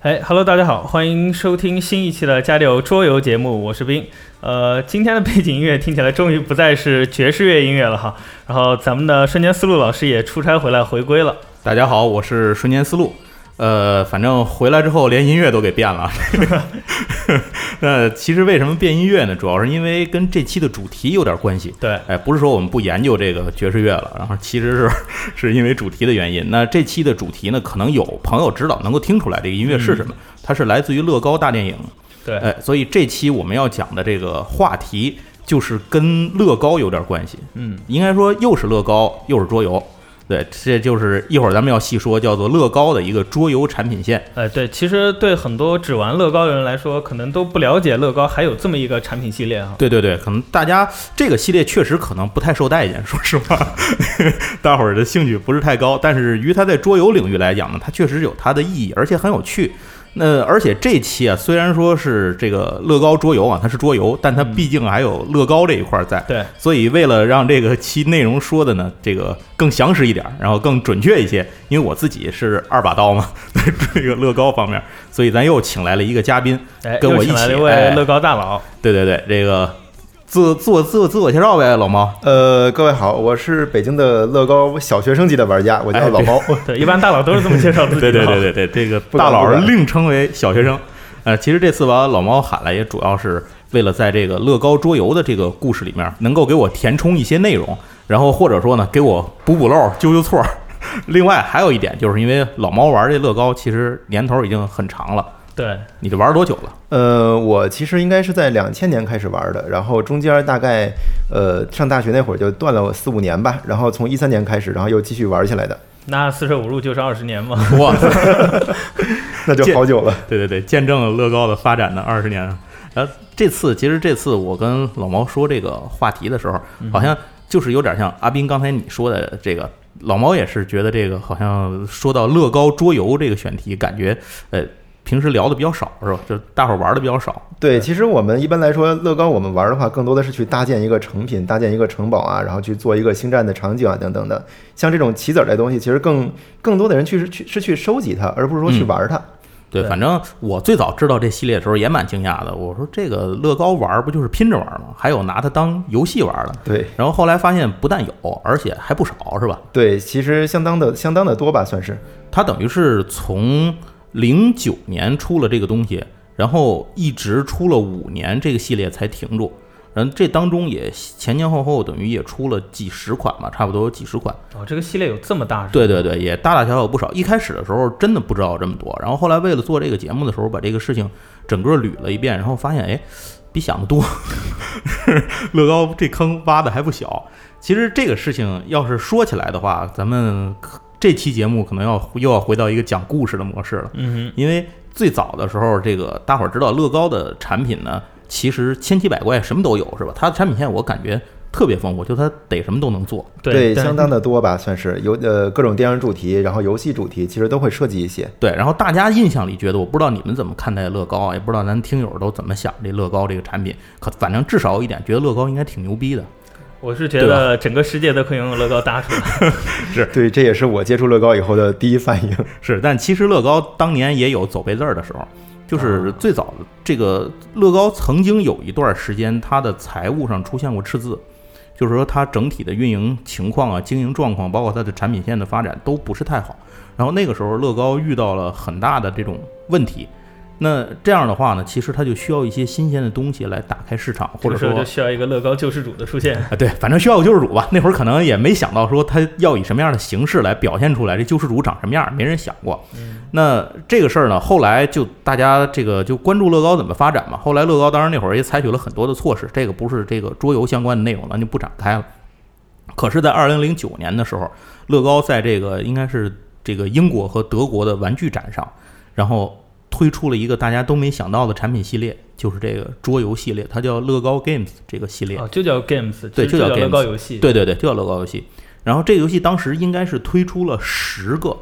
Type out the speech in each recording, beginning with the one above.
哎，Hello，大家好，欢迎收听新一期的《加六桌游》节目，我是冰。呃，今天的背景音乐听起来终于不再是爵士乐音乐了哈。然后咱们的瞬间思路老师也出差回来回归了。大家好，我是瞬间思路。呃，反正回来之后连音乐都给变了。 那其实为什么变音乐呢？主要是因为跟这期的主题有点关系。对，哎，不是说我们不研究这个爵士乐了，然后其实是 是因为主题的原因。那这期的主题呢，可能有朋友知道，能够听出来这个音乐是什么，它是来自于乐高大电影。嗯对哎，所以这期我们要讲的这个话题就是跟乐高有点关系。嗯，应该说又是乐高又是桌游。对，这就是一会儿咱们要细说，叫做乐高的一个桌游产品线。呃，对，其实对很多只玩乐高的人来说，可能都不了解乐高还有这么一个产品系列哈。对对对，可能大家这个系列确实可能不太受待见，说实话， 大伙儿的兴趣不是太高。但是于它在桌游领域来讲呢，它确实有它的意义，而且很有趣。那而且这期啊，虽然说是这个乐高桌游啊，它是桌游，但它毕竟还有乐高这一块儿在。对，所以为了让这个期内容说的呢，这个更详实一点儿，然后更准确一些，因为我自己是二把刀嘛， 对这个乐高方面，所以咱又请来了一个嘉宾，哎，跟又我一请来起了一位哎乐高大 佬。对对对，这个自自我自我自我介绍呗，老猫。呃，各位好，我是北京的乐高小学生级的玩家，我叫老猫。对，一般大佬都是这么介绍自己的。 对对，这个不大敢佬不敢另称为小学生。呃，其实这次把老猫喊来，也主要是为了在这个乐高桌游的这个故事里面，能够给我填充一些内容，然后或者说呢，给我补补漏、纠纠错儿。 另外还有一点，就是因为老猫玩这乐高其实年头已经很长了，对，你这玩了多久了？呃，我其实应该是在两千年开始玩的，然后中间大概呃上大学那会儿就断了四五年吧，然后从一三年开始，然后又继续玩起来的， 那四舍五入就是二十年嘛。哇塞！那就好久了。 对对对，见证了乐高的发展的二十年。呃，这次其实这次我跟老毛说这个话题的时候，好像就是有点像阿斌刚才你说的这个，老毛也是觉得这个好像说到乐高桌游这个选题，感觉呃平时聊的比较少是吧？就大伙儿玩的比较少。对，其实我们一般来说，乐高我们玩的话，更多的是去搭建一个成品，搭建一个城堡啊，然后去做一个星战的场景啊，等等的。像这种棋子儿这东西，其实更更多的人去是去是去收集它，而不是说去嗯玩它。对，对反正我最早知道这系列的时候也蛮惊讶的，我说这个乐高玩儿不就是拼着玩儿吗？还有拿它当游戏玩儿的。对，然后后来发现不但有，而且还不少，是吧？对，其实相当的相当的多吧，算是。它等于是从零九年出了这个东西，然后一直出了五年，这个系列才停住。然后这当中也前前后后等于也出了几十款吧，差不多有几十款。哦，这个系列有这么大是吧？对对对，也大大小小有不少。一开始的时候真的不知道这么多，然后后来为了做这个节目的时候，把这个事情整个捋了一遍，然后发现哎，比想的多。乐高这坑挖的还不小。其实这个事情要是说起来的话，咱们可这期节目可能要又要回到一个讲故事的模式了。嗯因为最早的时候，这个大伙儿知道乐高的产品呢，其实千奇百怪，什么都有，是吧？它的产品线我感觉特别丰富，就它得什么都能做。哼，对，相当的多吧，算是有呃各种电影主题，然后游戏主题，其实都会涉及一些。对，然后大家印象里觉得，我不知道你们怎么看待乐高啊，也不知道咱听友都怎么想这乐高这个产品。可反正至少有一点，觉得乐高应该挺牛逼的。我是觉得整个世界都可以用乐高搭出来。 对，这也是我接触乐高以后的第一反应。是，但其实乐高当年也有走背字儿的时候，就是啊最早这个乐高曾经有一段时间，它的财务上出现过赤字，就是说它整体的运营情况啊、经营状况，包括它的产品线的发展都不是太好。然后那个时候，乐高遇到了很大的这种问题。那这样的话呢，其实它就需要一些新鲜的东西来打开市场，这 或者个时候说就需要一个乐高救世主的出现。啊，对，反正需要有救世主吧。那会儿可能也没想到说他要以什么样的形式来表现出来，这救世主长什么样，没人想过。那这个事儿呢，后来就大家这个就关注乐高怎么发展嘛。后来乐高当然那会儿也采取了很多的措施，这个不是这个桌游相关的内容，咱就不展开了。可是，在二零零九年的时候，乐高在这个应该是这个英国和德国的玩具展上，然后推出了一个大家都没想到的产品系列，就是这个桌游系列，它叫乐高 Games 这个系列。哦，就叫 games，对其实就就叫乐 games 高游戏。，对对对，就叫乐高游戏。然后这个游戏当时应该是推出了十个，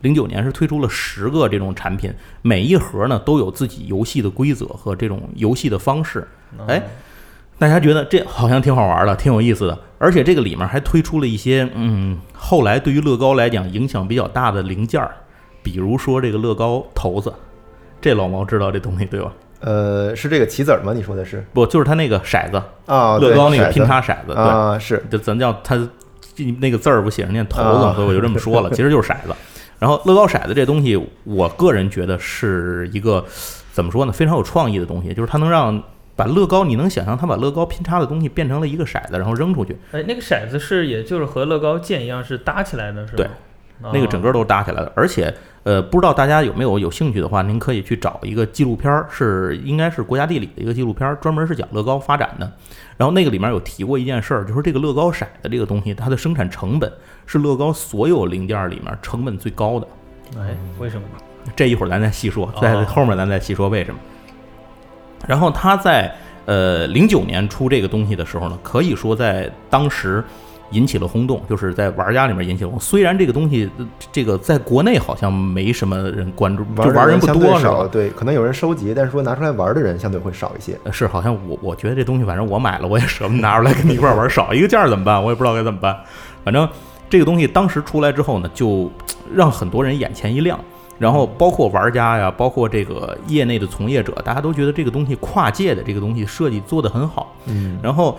零九年是推出了十个这种产品，每一盒呢都有自己游戏的规则和这种游戏的方式。哦哎，大家觉得这好像挺好玩的，挺有意思的，而且这个里面还推出了一些嗯，后来对于乐高来讲影响比较大的零件儿，比如说这个乐高头子。这老毛知道这东西对吧？呃，是这个棋子儿吗？你说的是不，就是他那个骰子，啊？对乐高那个骰子拼插骰子，对，啊，是就咱叫它那个字儿不写着念头子嘛，啊所以我就这么说了，其实就是骰子。然后乐高骰子这东西，我个人觉得是一个怎么说呢，非常有创意的东西，就是它能让把乐高，你能想象它把乐高拼插的东西变成了一个骰子，然后扔出去，哎，那个骰子是也就是和乐高剑一样是搭起来的，是吧？对啊，那个整个都是搭起来的。而且，呃，不知道大家有没有有兴趣的话，您可以去找一个纪录片儿，是应该是国家地理的一个纪录片儿，专门是讲乐高发展的。然后那个里面有提过一件事儿，就是这个乐高骰子这个东西，它的生产成本是乐高所有零件儿里面成本最高的。哎，为什么？这一会儿咱再细说哦，在后面咱再细说为什么。然后他在呃零九年出这个东西的时候呢，可以说在当时引起了轰动，就是在玩家里面引起了轰动。虽然这个东西呃这个在国内好像没什么人关注，就的玩人不相对多是吧少，？对，可能有人收集，但是说拿出来玩的人相对会少一些。呃是，好像我我觉得这东西，反正我买了，我也舍不得拿出来跟你一块儿玩儿，少一个件儿怎么办？我也不知道该怎么办。反正这个东西当时出来之后呢，就让很多人眼前一亮，然后包括玩家呀，包括这个业内的从业者，大家都觉得这个东西跨界的这个东西设计做得很好。嗯，然后，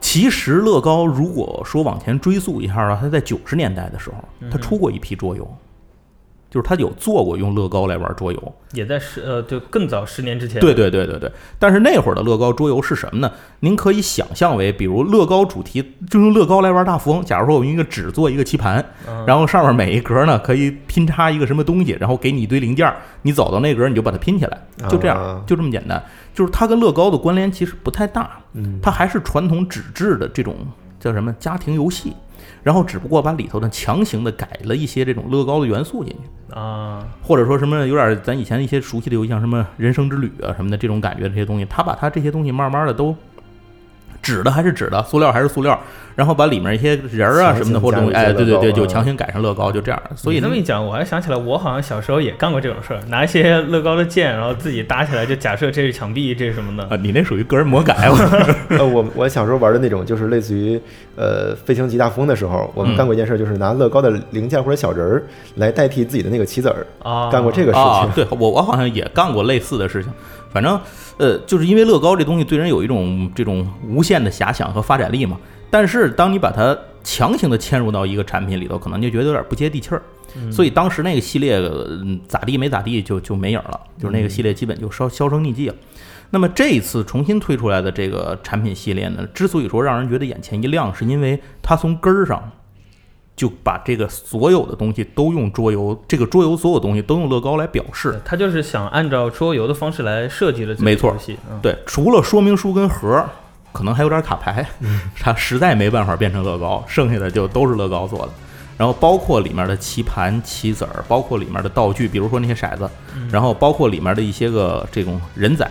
其实乐高如果说往前追溯一下的话，它在九十年代的时候，它嗯出过一批桌游，就是它有做过用乐高来玩桌游。也在十呃，就更早十年之前。对对对对对。但是那会儿的乐高桌游是什么呢？您可以想象为，比如乐高主题，就用乐高来玩大富翁。假如说我们用一个纸做一个棋盘，嗯，然后上面每一格呢可以拼插一个什么东西，然后给你一堆零件儿，你走到那格你就把它拼起来，就这样啊，就这么简单。就是它跟乐高的关联其实不太大，嗯，它还是传统纸质的这种叫什么家庭游戏。然后只不过把里头呢强行的改了一些这种乐高的元素进去，啊，或者说什么有点咱以前一些熟悉的游戏，像什么人生之旅啊什么的这种感觉，这些东西，他把他这些东西慢慢的都纸的还是纸的，塑料还是塑料，然后把里面一些人儿啊什么的或者东西，哎，对对对，就强行改成乐高，就这样。所以你这么一讲，我还想起来，我好像小时候也干过这种事儿， 拿一些乐高的剑，然后自己搭起来，就假设这是墙壁，这是什么的。 啊，你那属于个人魔改，啊我呃，我我小时候玩的那种，就是类似于呃飞行极大富翁的时候，我们嗯干过一件事，就是拿乐高的零件或者小人儿来代替自己的那个棋子儿，啊，干过这个事啊情，。对我我好像也干过类似的事情。反正，呃，就是因为乐高这东西对人有一种这种无限的遐想和发展力嘛。但是，当你把它强行的嵌入到一个产品里头，可能就觉得有点不接地气儿。嗯，所以当时那个系列嗯咋地没咋地就就没影儿了，就是那嗯个系列基本就销销声匿迹了。那么这一次重新推出来的这个产品系列呢，之所以说让人觉得眼前一亮，是因为它从根儿上就把这个所有的东西都用桌游，这个桌游所有东西都用乐高来表示。对他就是想按照桌游的方式来设计的这个没错游戏。嗯，对，除了说明书跟盒儿，可能还有点卡牌， 它实在没办法变成乐高，剩下的就都是乐高做的。然后包括里面的棋盘、棋子儿，包括里面的道具，比如说那些骰子，然后包括里面的一些个这种人仔，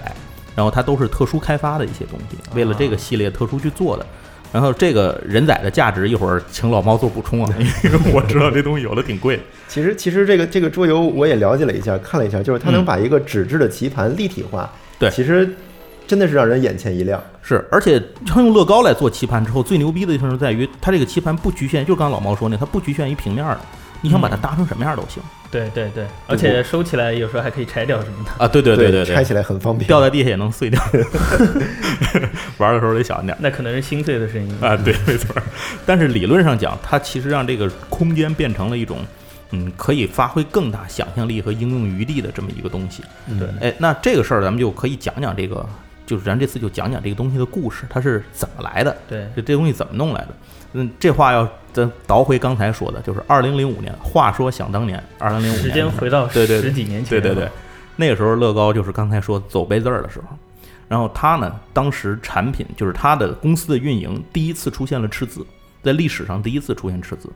然后它都是特殊开发的一些东西，为了这个系列特殊去做的。然后这个人仔的价值，一会儿请老猫做补充啊，因为我知道这东西有的挺贵。其实其实这个这个桌游我也了解了一下，看了一下，就是它能嗯把一个纸质的棋盘立体化，对其实真的是让人眼前一亮。是，而且他用乐高来做棋盘之后，最牛逼的地方就在于它这个棋盘不局限，就刚刚老毛说那，它不局限于平面儿的，你想把它搭成什么样儿都行、对对对，而且收起来有时候还可以拆掉什么的。 啊！对对对对拆对，起来很方便。掉在地下也能碎掉， 玩儿的时候得小心点那可能是心碎的声音儿啊！对，没错儿。但是理论上讲，它其实让这个空间变成了一种。嗯，可以发挥更大想象力和应用余地的这么一个东西。对哎，那这个事儿咱们就可以讲讲这个，就是咱这次就讲讲这个东西的故事，它是怎么来的。对，这这东西怎么弄来的？嗯，这话要咱倒回刚才说的，就是二零零五年。话说想当年，二零零五年时间回到对对对十几年前。对对对，，那个时候乐高就是刚才说走背字儿的时候，然后他呢，当时产品就是他的公司的运营第一次出现了赤字，在历史上第一次出现赤字。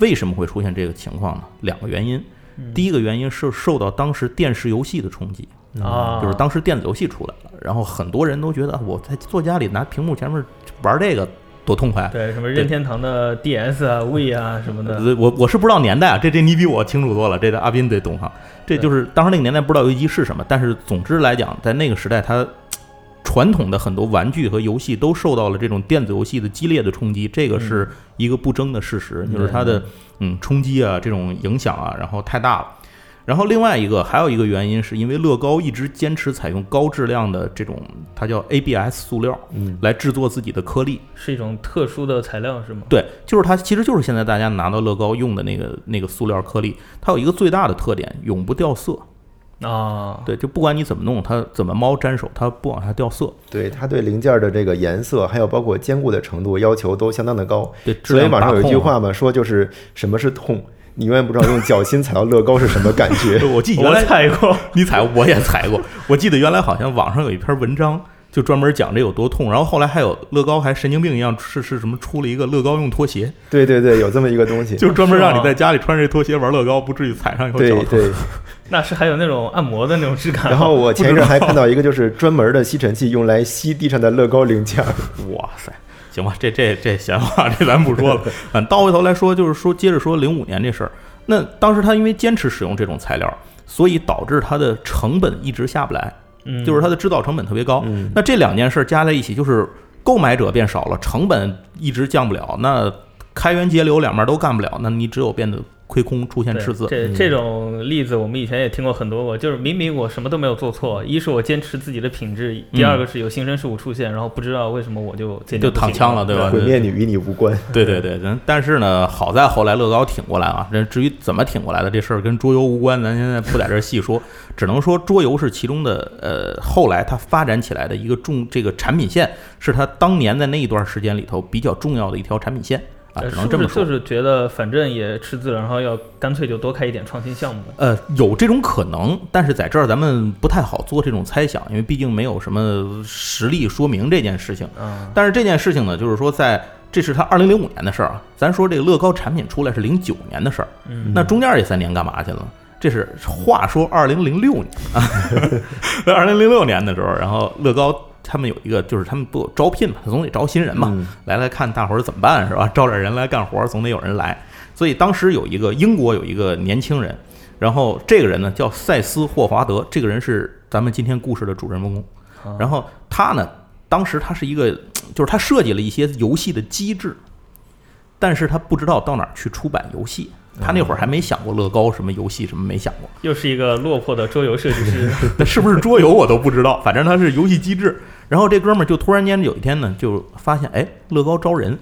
为什么会出现这个情况呢？两个原因，嗯第一个原因是受到当时电视游戏的冲击，啊，就是当时电子游戏出来了，然后很多人都觉得啊我在坐家里拿屏幕前面玩这个多痛快啊，对什么任天堂的 DS 啊、V 啊什么的。呃我我是不知道年代啊，这这你比我清楚多了，这个阿斌得懂哈。这就是当时那个年代不知道游戏机是什么，但是总之来讲，在那个时代，它嘖传统的很多玩具和游戏都受到了这种电子游戏的激烈的冲击，这个是嗯一个不争的事实，就是它的嗯冲击啊，这种影响啊，然后太大了。然后另外一个还有一个原因，是因为乐高一直坚持采用高质量的这种，它叫 ABS 塑料嗯，来制作自己的颗粒。是一种特殊的材料是吗？对，就是它，其实就是现在大家拿到乐高用的那个那个塑料颗粒，它有一个最大的特点，永不掉色。啊，对，就不管你怎么弄，它怎么猫粘手，它不往下掉色。对，它对零件的这个颜色，还有包括坚固的程度要求都相当的高。对，质所以量网把上有一控句啊，话嘛，说就是什么是痛，你永远不知道用脚心踩到乐高是什么感 觉。对我 记得原我来踩过， 你踩我也踩过，我记得原来好像网上有一篇文章。就专门讲这有多痛，然后后来还有乐高还神经病一样是是什么出了一个乐高用拖鞋，对对对，有这么一个东西。就专门让是你吗在家里穿着这拖鞋玩乐高，不至于踩上以后脚哦对疼。对，那是还有那种按摩的那种质感。然后我前一不知道阵还看到一个，就是专门的吸尘器用来吸地上的乐高 零件儿。哇塞，行吧，这这这闲话这咱不说了。嗯，倒回头来说，就是说接着说零五年这事儿。那当时他因为坚持使用这种材料，所以导致它的成本一直下不来，嗯，就是它的制造成本特别高。嗯，那这两件事儿加在一起，就是购买者变少了，成本一直降不了，那开源节流两面都干不了，那你只有变得亏空，出现对赤字。这嗯这种例子我们以前也听过很多过，就是明明我什么都没有做嗯错，一是我坚持自己的品质，第二个是有新生事物出现，然后不知道为什么我就坚决就不躺行枪了，对吧？ 毁灭你与你无关。 对对对，咱但是呢，好在后来乐高挺过来啊。这至于怎么挺过来的，这事儿跟桌游无关，咱现在不在这儿细说，只能说桌游是其中的呃，后来它发展起来的一个重这个产品线，是它当年在那一段时间里头比较重要的一条产品线啊，呃只是能不这是么说就。是觉得反正也赤字了，然后要干脆就多开一点创新项目。呃，有这种可能，但是在这儿咱们不太好做这种猜想，因为毕竟没有什么实例说明这件事情。嗯，但是这件事情呢，就是说在这是它二零零五年的事儿啊，咱说这个乐高产品出来是零九年的事儿，嗯那中间这三年干嘛去了？这是话说二零零六年啊，在二零零六年的时候，然后乐高他们有一个就是他们不有招聘嘛，他总得招新人嘛，嗯来来看大伙儿怎么办是吧？招点人来干活儿，总得有人来。所以当时有一个英国有一个年轻人，然后这个人呢叫塞斯霍华德，这个人是咱们今天故事的主人公。啊然后他呢，当时他是一个，就是他设计了一些游戏的机制，但是他不知道到哪儿去出版游戏。他那会儿还没想过乐高什么游戏什么没想过，又是一个落魄的桌游设计师。 那是不是桌游我都不知道，反正它是游戏机制。然后这哥们儿就突然间有一天呢，就发现哎，乐高招人，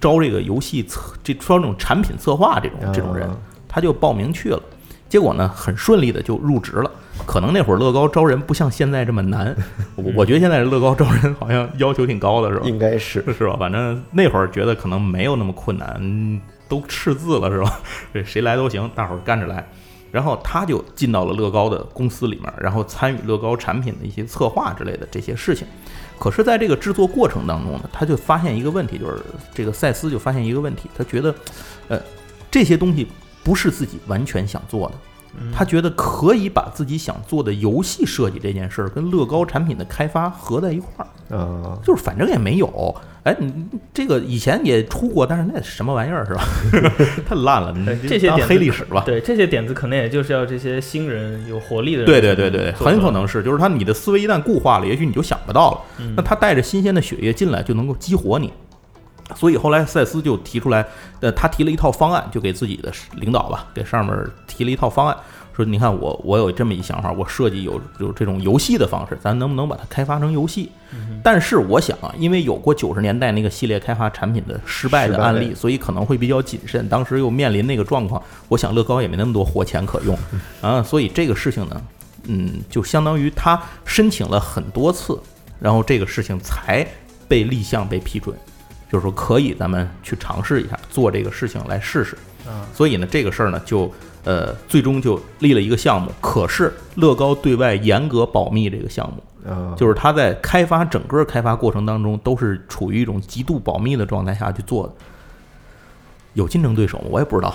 招这个游戏策这招这种产品策划这种这种人啊，他就报名去了。结果呢，很顺利的就入职了。可能那会儿乐高招人不像现在这么难，我我觉得现在乐高招人好像要求挺高的，是吧？应该是。 是吧？反正那会儿觉得可能没有那么困难，嗯都赤字了是吧？ 这谁来都行，大伙儿干着来。然后他就进到了乐高的公司里面，然后参与乐高产品的一些策划之类的这些事情。可是，在这个制作过程当中呢，他就发现一个问题，就是这个赛斯就发现一个问题，他觉得，呃，这些东西不是自己完全想做的。嗯他觉得可以把自己想做的游戏设计这件事儿跟乐高产品的开发合在一块儿，啊，就是反正也没有。哎，你你这个以前也出过，但是那什么玩意儿是吧？ 太烂了，你对就哎这些当点黑子历可史吧。对，这些点子可能也就是要这些新人有活力的人。对对对对，对做很出来可能是，就是他你的思维一旦固化了，也许你就想不到了。嗯那他带着新鲜的血液进来，就能够激活你。所以后来塞斯就提出来，呃，他提了一套方案，就给自己的领导吧，给上面提了一套方案，说你看我我有这么一想法，我设计有有这种游戏的方式，咱能不能把它开发成游戏？但是我想啊，因为有过九十年代那个系列开发产品的失败的案失例，所以可能会比较谨慎。当时又面临那个状况，我想乐高也没那么多活钱可用啊，所以这个事情呢，嗯，就相当于他申请了很多次，然后这个事情才被立项被批准，就是说可以咱们去尝试一下做这个事情来试试。啊，所以呢，这个事儿呢就呃最终就立了一个项目，可是乐高对外严格保密这个项目。啊，就是他在开发整个开发过程当中都是处于一种极度保密的状态下去做的。有竞争对手吗？我也不知道，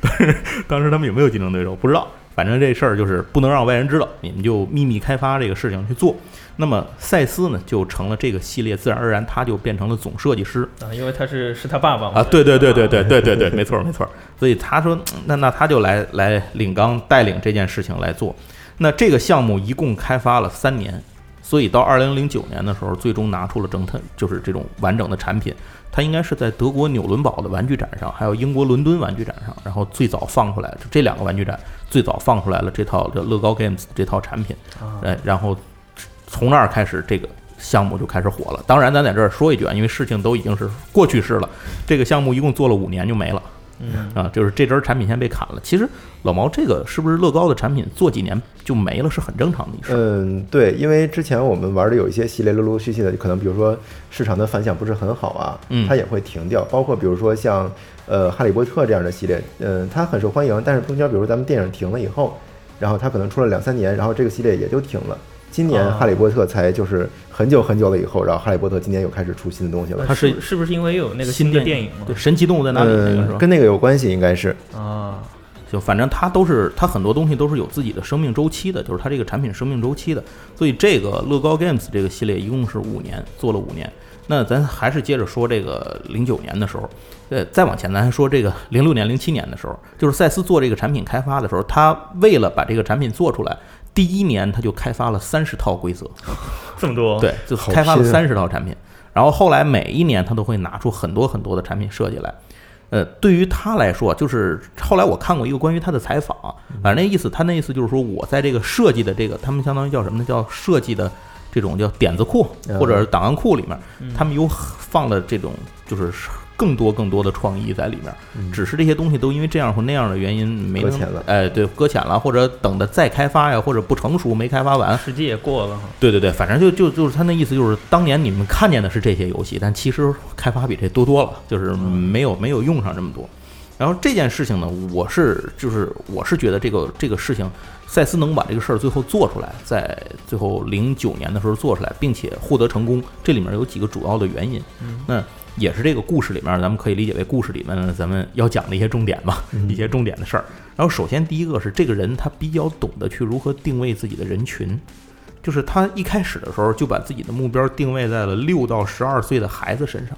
但是当时他们有没有竞争对手不知道。反正这事儿就是不能让外人知道，你们就秘密开发这个事情去做。那么赛斯呢，就成了这个系列，自然而然他就变成了总设计师。啊，因为他是是他爸爸嘛。啊，对对对对对对对对，没错儿没错儿。所以他说，嗯那那他就来来领纲带领这件事情来做。那这个项目一共开发了三年，所以到二零零九年的时候，最终拿出了整体就是这种完整的产品。它应该是在德国纽伦堡的玩具展上，还有英国伦敦玩具展上，然后最早放出来，就这两个玩具展最早放出来了这套这乐高 Games 这套产品，啊，哎，然后从那儿开始这个。项目就开始火了。当然，咱在这儿说一句啊，因为事情都已经是过去式了。这个项目一共做了五年就没了嗯，啊，就是这针产品线被砍了。其实老毛这个是不是乐高的产品做几年就没了，是很正常的一呃事儿。嗯，对，因为之前我们玩的有一些系列陆陆续续的，可能比如说市场的反响不是很好啊，嗯它也会停掉。包括比如说像呃《哈利波特》这样的系列，嗯、它很受欢迎，但是中间比如咱们电影停了以后，然后它可能出了两三年，然后这个系列也就停了。今年哦《哈利波特》才就是很久很久了以后，然后《哈利波特》今年又开始出新的东西了。它是呃是是不是因为有那个新的电影嘛对，神奇动物在哪里那个是嗯，吧？跟那个有关系，应该是。啊，就反正它都是它很多东西都是有自己的生命周期的，就是它这个产品生命周期的。所以这个乐高 Games 这个系列一共是五年，做了五年。那咱还是接着说这个零九年的时候，呃，再往前咱还说这个 零六年、零七年的时候，就是赛斯做这个产品开发的时候，他为了把这个产品做出来，第一年他就开发了三十套规则，这么多，，对，就好开发了拼啊三十套产品。然后后来每一年他都会拿出很多很多的产品设计来。呃，对于他来说，就是后来我看过一个关于他的采访，嗯反正那意思，他那意思就是说我在这个设计的这个，他们相当于叫什么呢？叫设计的这种叫点子库嗯或者是档案库里面，他们有放了这种就是更多更多的创意在里面。只是这些东西都因为这样或那样的原因没嗯搁能浅了哎，对，搁浅了，或者等的再开发呀，或者不成熟没开发完，时机也过了哈，对对对，反正就就就是他那意思，就是当年你们看见的是这些游戏，但其实开发比这多多了，就是没有没有用上这么多。然后这件事情呢，我是就是我是觉得这个这个事情，赛斯能把这个事儿最后做出来，在最后零九年的时候做出来，并且获得成功，这里面有几个主要的原因。那也是这个故事里面，咱们可以理解为故事里面呢咱们要讲的一些重点吧，一些重点的事儿。然后首先第一个是这个人他比较懂得去如何定位自己的人群，就是他一开始的时候就把自己的目标定位在了六到十二岁的孩子身上，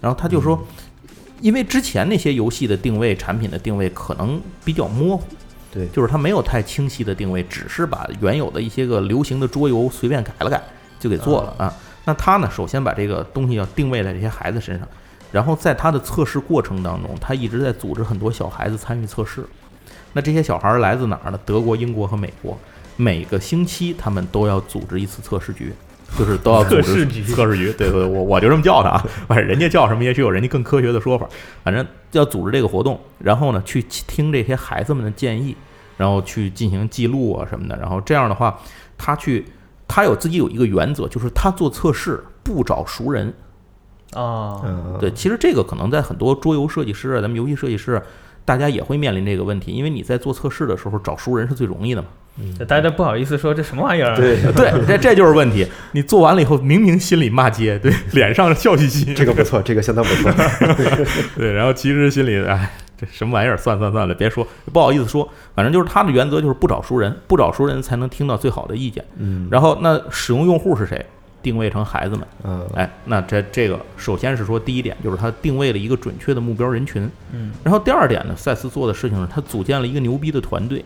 然后他就说，因为之前那些游戏的定位、产品的定位可能比较模糊，对就是他没有太清晰的定位，只是把原有的一些个流行的桌游随便改了改就给做了啊。那他呢，首先把这个东西要定位在这些孩子身上，然后在他的测试过程当中，他一直在组织很多小孩子参与测试。那这些小孩儿来自哪儿呢？德国、英国和美国。每个星期他们都要组织一次测试局，就是都啊 要组织测试局测试局，对对，我我就这么叫的啊。反正人家叫什么，也许有人家更科学的说法。反正要组织这个活动，然后呢，去听这些孩子们的建议，然后去进行记录啊什么的。然后这样的话，他去他有自己有一个原则，就是他做测试不找熟人。啊，嗯，对， 其实这个可能在很多桌游设计师啊，咱们游戏设计师啊，大家也会面临这个问题，因为你在做测试的时候找熟人是最容易的 嘛。大家不好意思说这什么玩意儿啊，对，嗯对，这这就是问题。你做完了以后，明明心里骂街，对，脸上笑嘻嘻，这个不错，这个相当不错。 对，然后其实心里哎，这什么玩意儿，算算算了，别说，不好意思说，反正就是他的原则就是不找熟人，不找熟人才能听到最好的意见。嗯然后那使用用户是谁？定位成孩子们，嗯，哎，那这这个首先是说第一点就是他定位了一个准确的目标人群，嗯，然后第二点呢，赛斯做的事情是他组建了一个牛逼的团队。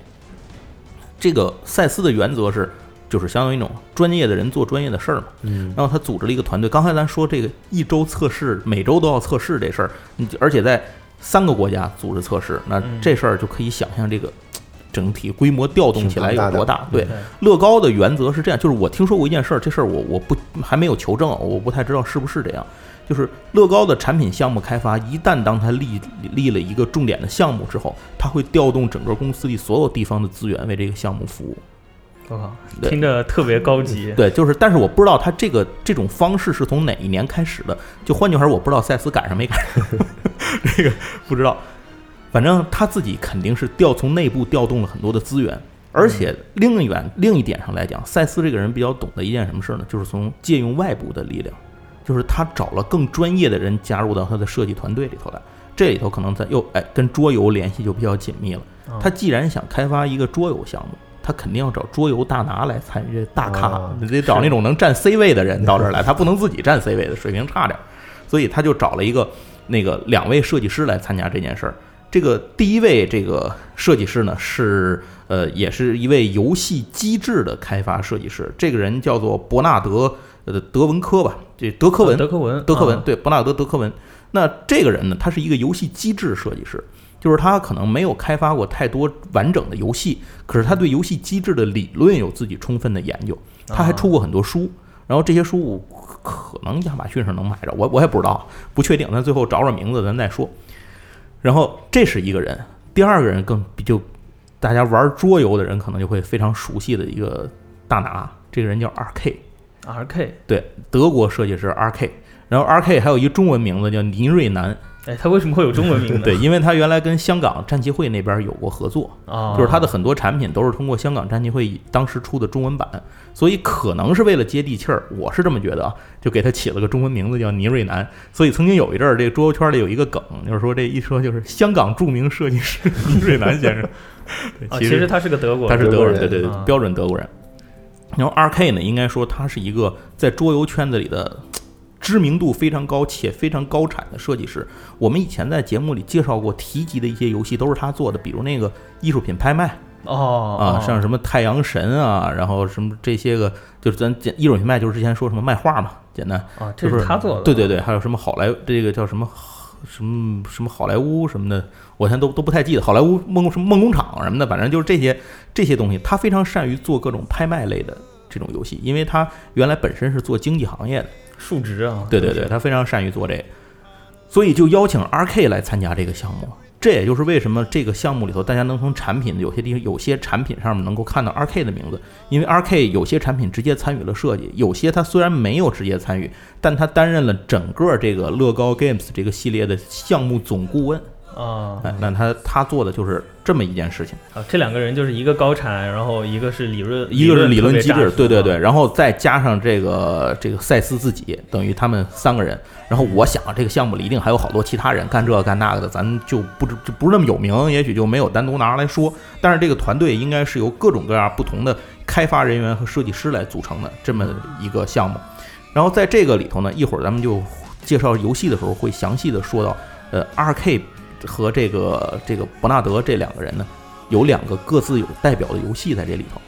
这个赛斯的原则是，就是相当于一种专业的人做专业的事儿嘛。嗯，然后他组织了一个团队。刚才咱说这个一周测试，每周都要测试这事儿，你就而且在三个国家组织测试，那嗯这事儿就可以想象这个整体规模调动起来有多挺庞大大。对对，乐高的原则是这样，就是我听说过一件事儿，这事儿我我不还没有求证，我不太知道是不是这样。就是乐高的产品项目开发，一旦当它立立了一个重点的项目之后，它会调动整个公司里所有地方的资源为这个项目服务。我靠，对听着特别高级，对，就是，但是我不知道他这个这种方式是从哪一年开始的。就换句话说，我不知道赛斯赶上没赶上， 这个不知道。反正他自己肯定是调从内部调动了很多的资源，而且另一远另一点上来讲，赛斯这个人比较懂得一件什么事儿呢？就是从借用外部的力量，就是他找了更专业的人加入到他的设计团队里头来。这里头可能他又哎跟桌游联系就比较紧密了。啊他既然想开发一个桌游项目，他肯定要找桌游大拿来参与这大咖啊，你得找那种能占 C 位的人到这儿来，他不能自己占 C 位的，水平差点儿，所以他就找了一个那个两位设计师来参加这件事儿。这个第一位这个设计师呢是呃也是一位游戏机制的开发设计师，这个人叫做伯纳德呃德文科吧，这德科文德科文，德科文，啊对，伯纳德·德科文。那这个人呢，他是一个游戏机制设计师，就是他可能没有开发过太多完整的游戏，可是他对游戏机制的理论有自己充分的研究，他还出过很多书。然后这些书我可能亚马逊上能买着，我我也不知道，啊不确定。咱最后找找名字，咱再说。然后这是一个人，第二个人更就大家玩桌游的人可能就会非常熟悉的一个大拿，这个人叫 R K。啊 R K，对，德国设计师 R K，然后 R K 还有一个中文名字叫倪瑞南，哎，他为什么会有中文名呢？ 对，因为他原来跟香港战棋会那边有过合作，啊，就是他的很多产品都是通过香港战棋会当时出的中文版，所以可能是为了接地气儿，我是这么觉得啊，就给他起了个中文名字叫倪瑞南。所以曾经有一阵儿，这个桌游圈里有一个梗，就是说这一说就是香港著名设计师 倪瑞南先生，对啊，其实他是个德国他人，是德德国国人，人对对对啊，标准德国人。然后 R K 呢，应该说他是一个在桌游圈子里的嘖知名度非常高且非常高产的设计师。我们以前在节目里介绍过提及的一些游戏都是他做的，比如那个艺术品拍卖哦啊，像什么太阳神啊，然后什么这些个，就是咱简艺术品拍卖，就是之前说什么卖画嘛，简单，啊，这就是他做的，对对对，还有什么好莱这个叫什么什么什么好莱坞什么的，我现在都都不太记得，好莱坞梦什么梦工厂啊什么的，反正就是这些这些东西，他非常善于做各种拍卖类的这种游戏，因为他原来本身是做经济行业的，数值啊，对对对，他非常善于做这个，所以就邀请 R K 来参加这个项目。这也就是为什么这个项目里头，大家能从产品有些地方、有些产品上面能够看到 R K 的名字，因为 R K 有些产品直接参与了设计，有些他虽然没有直接参与，但他担任了整个这个乐高 Games 这个系列的项目总顾问。啊，哎，那他他做的就是这么一件事情。啊，这两个人就是一个高产，然后一个是理论，一个是理论机特别啊扎，制实对对对，，然后再加上这个这个赛斯自己，等于他们三个人。然后我想这个项目里一定还有好多其他人干这个干那个的，咱们就不知就不是那么有名，也许就没有单独拿来说。但是这个团队应该是由各种各样不同的开发人员和设计师来组成的这么一个项目。然后在这个里头呢，一会儿咱们就介绍游戏的时候会详细的说到，呃，R K 和这个这个伯纳德这两个人呢，有两个各自有代表的游戏在这里头。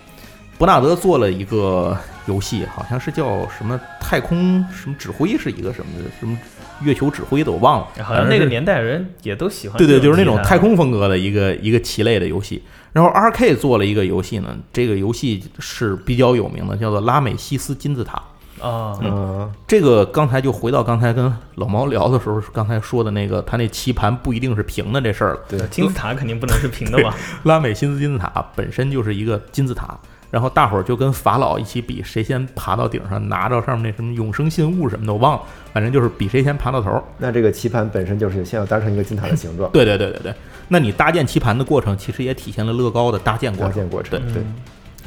伯纳德做了一个游戏，好像是叫什么太空什么指挥，是一个什么什么月球指挥的，我忘了。哎好像那个反正是年代人也都喜欢这对题材，对，就是那种太空风格的一个一个棋类的游戏。然后 R K 做了一个游戏呢，这个游戏是比较有名的，叫做《拉美西斯金字塔》。啊，嗯，这个刚才就回到刚才跟老毛聊的时候，刚才说的那个他那棋盘不一定是平的这事儿了。对，金字塔肯定不能是平 的吧？拉美新斯金字塔本身就是一个金字塔，然后大伙儿就跟法老一起比谁先爬到顶上，拿到上面那什么永生信物什么的，我忘了，反正就是比谁先爬到头儿。那这个棋盘本身就是先要搭成一个金塔的形状，对对对对对，那你搭建棋盘的过程，其实也体现了乐高的搭建过搭程，建过程，对，嗯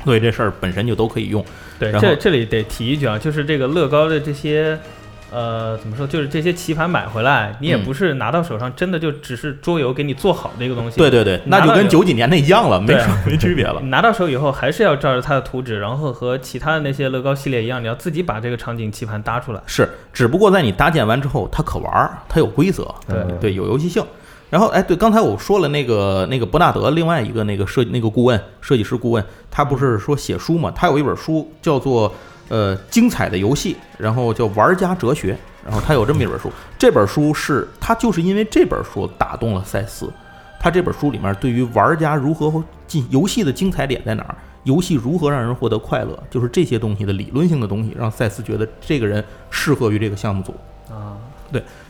所以这事儿本身就都可以用。对，然这后这里得提一句啊，就是这个乐高的这些，呃，怎么说，就是这些棋盘买回来，你也嗯不是拿到手上，真的就只是桌游给你做好的一个东西。对，对对，拿那到就跟有九几年那一样了，没对什么没区别了。你拿到手以后还是要照着它的图纸，然后和其他的那些乐高系列一样，你要自己把这个场景棋盘搭出来。 是，只不过在你搭建完之后，它可玩儿，它有规则，对嗯对，有游戏性。然后，哎，对，刚才我说了那个那个伯纳德，另外一个那个设那个顾问设计师顾问，他不是说写书嘛？他有一本书叫做呃《精彩的游戏》，然后叫《玩家哲学》，然后他有这么一本书。这本书是他就是因为这本书打动了赛斯，他这本书里面对于玩家如何进游戏的精彩点在哪儿，游戏如何让人获得快乐，就是这些东西的理论性的东西，让赛斯觉得这个人适合于这个项目组。啊，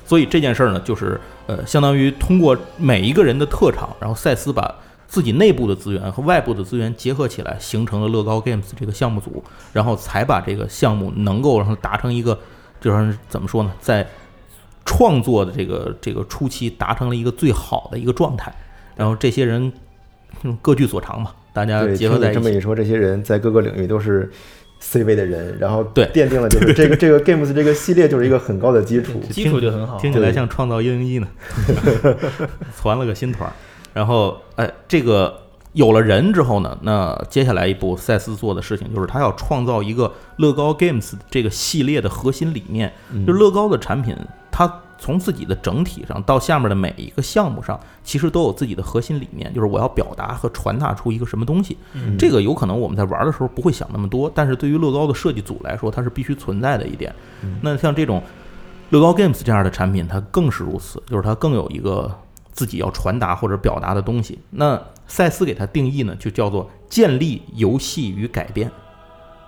所以这件事儿呢，就是呃，相当于通过每一个人的特长，然后赛斯把自己内部的资源和外部的资源结合起来，形成了乐高 Games 这个项目组，然后才把这个项目能够让它达成一个，就是怎么说呢，在创作的这个这个初期达成了一个最好的一个状态，然后这些人嗯各具所长嘛，大家对，结听合在你一这么起，一说，这些人在各个领域都是 C 位的人，然后对奠定了就是这个这个 games 这个系列就是一个很高的基础。基础就很好。听起来像创造一零一呢， 传了个新团儿。然后，哎，这个有了人之后呢，那接下来一步赛斯做的事情就是他要创造一个乐高 Games 这个系列的核心理念，嗯就乐高的产品，它从自己的整体上到下面的每一个项目上，其实都有自己的核心理念，就是我要表达和传达出一个什么东西。嗯这个有可能我们在玩的时候不会想那么多，但是对于乐高的设计组来说，它是必须存在的一点嗯。那像这种乐高 Games 这样的产品，它更是如此，就是它更有一个自己要传达或者表达的东西。那赛斯给它定义呢，就叫做建立游戏与改变。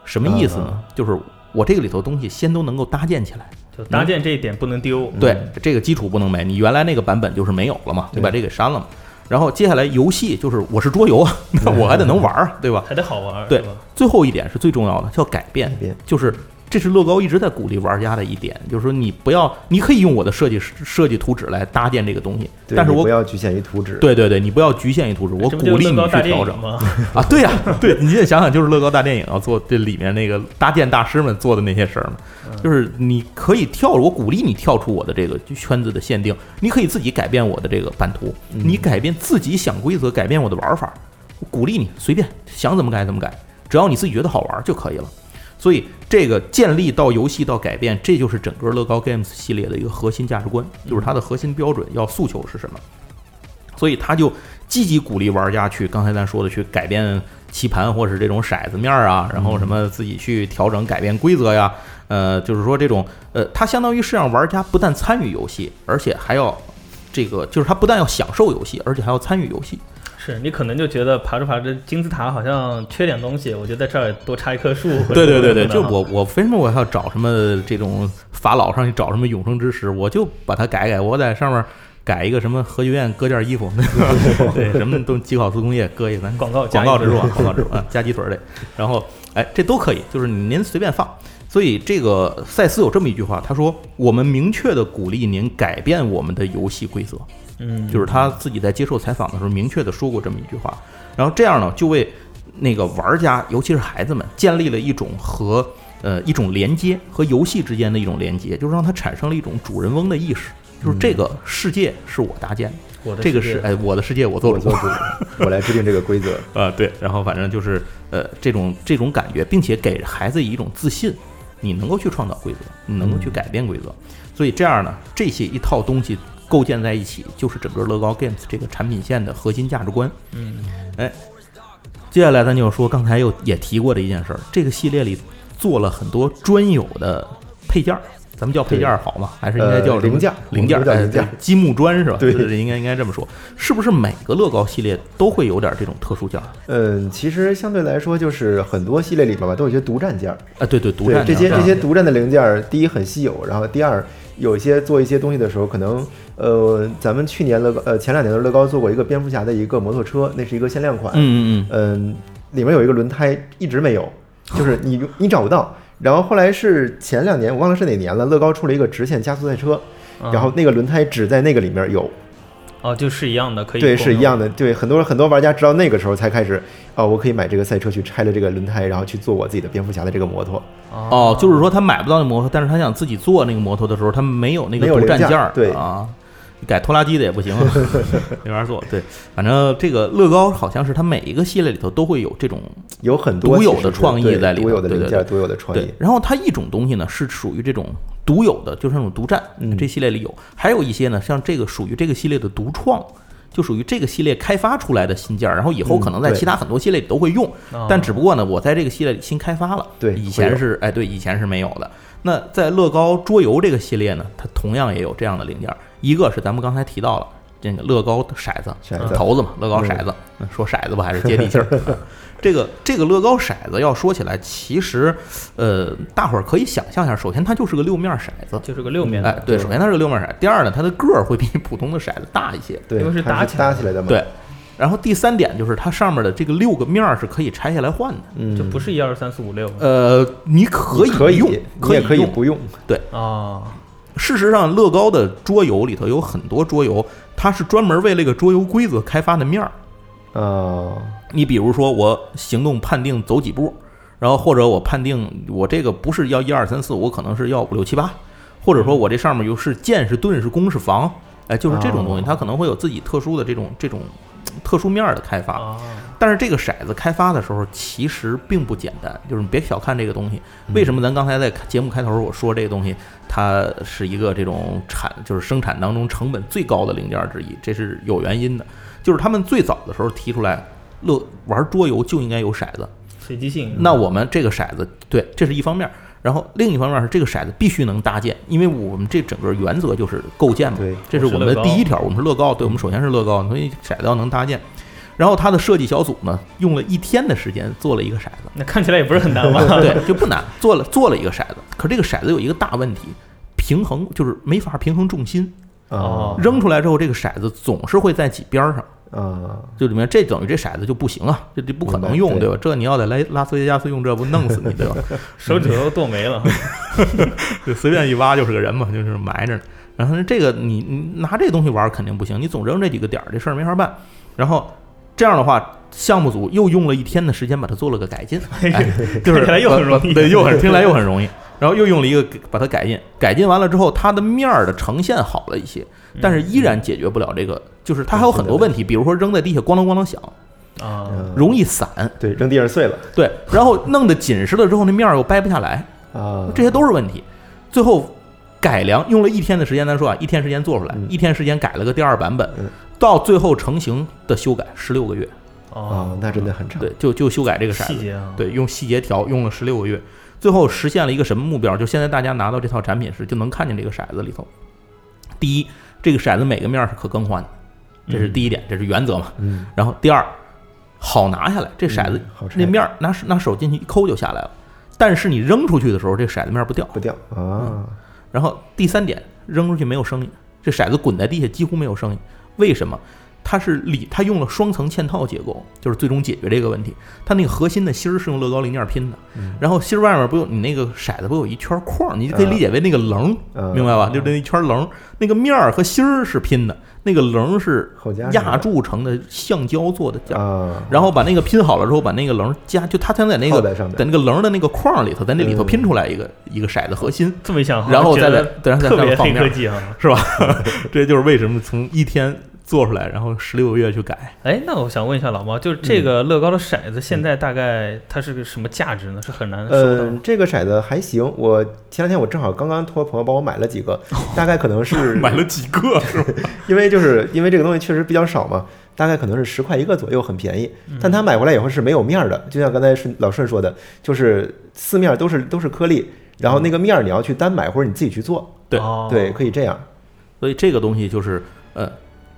什么意思嗯呢？就是我这个里头东西先都能够搭建起来。就搭建这一点不能丢。嗯对，这个基础不能没，你原来那个版本就是没有了嘛，对你把这给删了嘛。然后接下来游戏就是我是桌游啊， 那我还得能玩儿啊，对吧？还得好玩儿，对是吧？最后一点是最重要的，叫改变改变，就是这是乐高一直在鼓励玩家的一点，就是说你不要，你可以用我的设计设计图纸来搭建这个东西，对但是你不我。要局限于图纸。对对对，你不要局限于图纸，我这不鼓就励是你乐高去大电调影整吗？ 啊！对呀、对，你得想想，就是乐高大电影要啊做这里面那个搭建大师们做的那些事儿嘛，就是你可以跳，我鼓励你跳出我的这个圈子的限定，你可以自己改变我的这个版图，你改变自己想规则，改变我的玩法，我鼓励你随便想怎么改怎么改，只要你自己觉得好玩就可以了。所以，这个建立到游戏到改变，这就是整个乐高 Games 系列的一个核心价值观，就是它的核心标准要诉求是什么。所以，它就积极鼓励玩家去刚才咱说的去改变棋盘或是这种骰子面儿啊，然后什么自己去调整改变规则呀，呃，就是说这种呃，它相当于是让玩家不但参与游戏，而且还要这个，就是他不但要享受游戏，而且还要参与游戏。是你可能就觉得爬着爬着金字塔好像缺点东西，我就在这儿多插一棵 树。或者对对对对，怎么样就我我为什么我还要找什么这种法老上去找什么永生之石？我就把它改改，我在上面改一个什么核学院搁件 衣服，对，什么都吉考斯工业搁一个，咱广告加广一告句植 入啊，广告植入啊，加鸡腿儿得，然后哎，这都可以，就是您随便放。所以这个赛斯有这么一句话，他说：“我们明确的鼓励您改变我们的游戏规则。”嗯，就是他自己在接受采访的时候明确的说过这么一句话。然后这样呢，就为那个玩家，尤其是孩子们，建立了一种和呃一种连接和游戏之间的一种连接，就是让他产生了一种主人翁的意识，就是这个世界是我搭建的，嗯我的这个世界是哎我的世界我做我主做。主，我来制定这个规则。啊，对，然后反正就是呃这种这种感觉，并且给孩子一种自信，你能够去创造规则，你能够嗯去改变规则，所以这样呢，这些一套东西构建在一起，就是整个乐高 Games 这个产品线的核心价值观。哎嗯，接下来咱就说刚才又也提过的一件事儿，这个系列里做了很多专有的配件儿。咱们叫配件儿好吗？还是应该叫呃什么零件儿零件儿，我们都叫哎零件儿对积木砖是吧？对对，应该应该这么说。是不是每个乐高系列都会有点这种特殊件儿？嗯，其实相对来说，就是很多系列里边吧，都有一些独占件儿。啊，对对，独对占这件儿些吧这些独占的零件儿，第一很稀有，然后第二有一些做一些东西的时候，可能呃，咱们去年乐高呃前两年的乐高做过一个蝙蝠侠的一个摩托车，那是一个限量款，嗯嗯嗯，嗯，里面有一个轮胎一直没有，就是你你找不到。然后后来是前两年，我忘了是哪年了，乐高出了一个直线加速赛车，啊然后那个轮胎只在那个里面有，哦，就是一样的，可以对，共是一用样的。对，很多很多玩家直到那个时候才开始，哦，我可以买这个赛车去拆了这个轮胎，然后去做我自己的蝙蝠侠的这个摩托。哦，就是说他买不到那摩托，但是他想自己做那个摩托的时候，他没有那个没有独零占件件儿，对啊，改拖拉机的也不行、啊， 没法做。对，反正这个乐高好像是它每一个系列里头都会有这种有很多独有其实的创意对在里独头有的对零对件，独有的创意对，。然后它一种东西呢是属于这种独有的，就是那种独占，嗯这系列里有，还有一些呢像这个属于这个系列的独创。就属于这个系列开发出来的新件儿，然后以后嗯可能在对啊其他很多系列里都会用，哦但只不过呢，我在这个系列里新开发了，对以前是哎对，以前是没有的。那在乐高桌游这个系列呢，它同样也有这样的零件儿，一个是咱们刚才提到了这个乐高的骰子，骰嗯子，嗯骰子嘛，乐高骰子，说骰子吧，还是接地 气儿。啊这个这个乐高骰子要说起来，其实呃，大伙儿可以想象一下，首先它就是个六面骰子，就是个六面的，哎，对，首先它是个六面骰。第二呢，它的个儿会比普通的骰子大一些，对，因为是它搭搭起来的起来的嘛。对。然后第三点就是它上面的这个六个面儿是可以拆下来换的，嗯，就不是一二三四五六呃，你可以可以用，你也可以用。不用。哦，啊事实上，乐高的桌游里头有很多桌游，它是专门为了一个桌游规则开发的面儿。哦，你比如说，我行动判定走几步，然后或者我判定我这个不是要一二三四，我可能是要五六七八，或者说我这上面有是箭是盾是攻是防，哎，就是这种东西，哦它可能会有自己特殊的这种这种呃特殊面儿的开发。哦但是这个骰子开发的时候其实并不简单，就是你别小看这个东西。为什么咱刚才在节目开头我说这个东西，它是一个这种产就是生产当中成本最高的零件之一，这是有原因的。就是他们最早的时候提出来，乐玩桌游就应该有骰子。随机性。那我们这个骰子，对，这是一方面。然后另一方面是这个骰子必须能搭建，因为我们这整个原则就是构建嘛，对这是我们的第一条，我们是乐高，对，我们首先是乐高，所以骰子要能搭建。然后它的设计小组呢，用了一天的时间做了一个骰 子，那看起来也不是很难吧？ 对，就不难，做了做了一个骰子。可这个骰子有一个大问题，平衡就是没法平衡重心，呃哦扔出来之后这个骰子总是会在几边儿上。啊，就里面这等于这骰子就不行啊，这这不可明能白用对对吧？这你要在拉拉斯维加斯用这不弄死你对吧？手指头剁没了。就随便一挖就是个人嘛，就是埋着呢。然后这个你你拿这东西玩儿肯定不行，你总扔这几个点儿，这事儿没法办。然后这样的话，项目组又用了一天的时间把它做了个改进，哎、就是听起来又很容易呃对，又很听起来又很容易。然后又用了一个给把它改进，改进完了之后，它的面儿的呈现好了一些，嗯但是依然解决不了这个，就是它还有很多问题，比如说扔在地下咣当咣当响，啊，嗯容易散，对，扔地上碎了对，然后弄得紧实了之后，那面儿又掰不下来，啊，这些都是问题。最后改良用了一天的时间，咱说啊，一天时间做出来嗯，一天时间改了个第二版本嗯，到最后成型的修改十六个月，哦，啊，那真的很长，对，就就修改这个骰细子，节啊，，对，用细节调用了十六个月，最后实现了一个什么目标？就现在大家拿到这套产品时，就能看见这个骰子里头，第一，这个骰子每个面儿是可更换的，这是第一点，这是原则嘛。嗯，然后第二，好拿下来，这骰子嗯好拆那面儿拿手拿手进去一抠就下来了，但是你扔出去的时候，这骰子面儿不掉。不掉啊，然后第三点，扔出去没有声音，这骰子滚在地下几乎没有声音，为什么？它是里，它用了双层嵌套结构，就是最终解决这个问题。它那个核心的芯儿是用乐高零件拼的，嗯然后芯儿外面不有你那个骰子不有一圈框，你就可以理解为那个棱，嗯明白吧？就是那一圈棱，那个面儿和芯儿是拼的，那个棱是后加上压铸成的橡胶做的架，啊，然后把那个拼好了之后，把那个棱加，就它先在那套个在上面嗯在那个棱的那个框里头，在那里头拼出来一个一个骰子核心。这么一想，然后觉再来得，然后再特别再放黑面科儿，嗯技啊。是吧？ 这就是为什么从一天做出来，然后十六个月去改。哎，那我想问一下老猫，就是这嗯个乐高的骰子，现在大概它是个什么价值呢？是很难呃收到嗯，这个骰子还行。我前两天我正好刚刚托朋友帮我买了几个，大概可能是哦 买了几个是吧？因为就是因为这个东西确实比较少嘛，大概可能是十块一个左右，很便宜。嗯但它买回来以后是没有面儿的，就像刚才顺老顺说的，就是四面都是都是颗粒，然后那个面儿你要去单买或者你自己去做，对哦对，可以这样。所以这个东西就是，呃，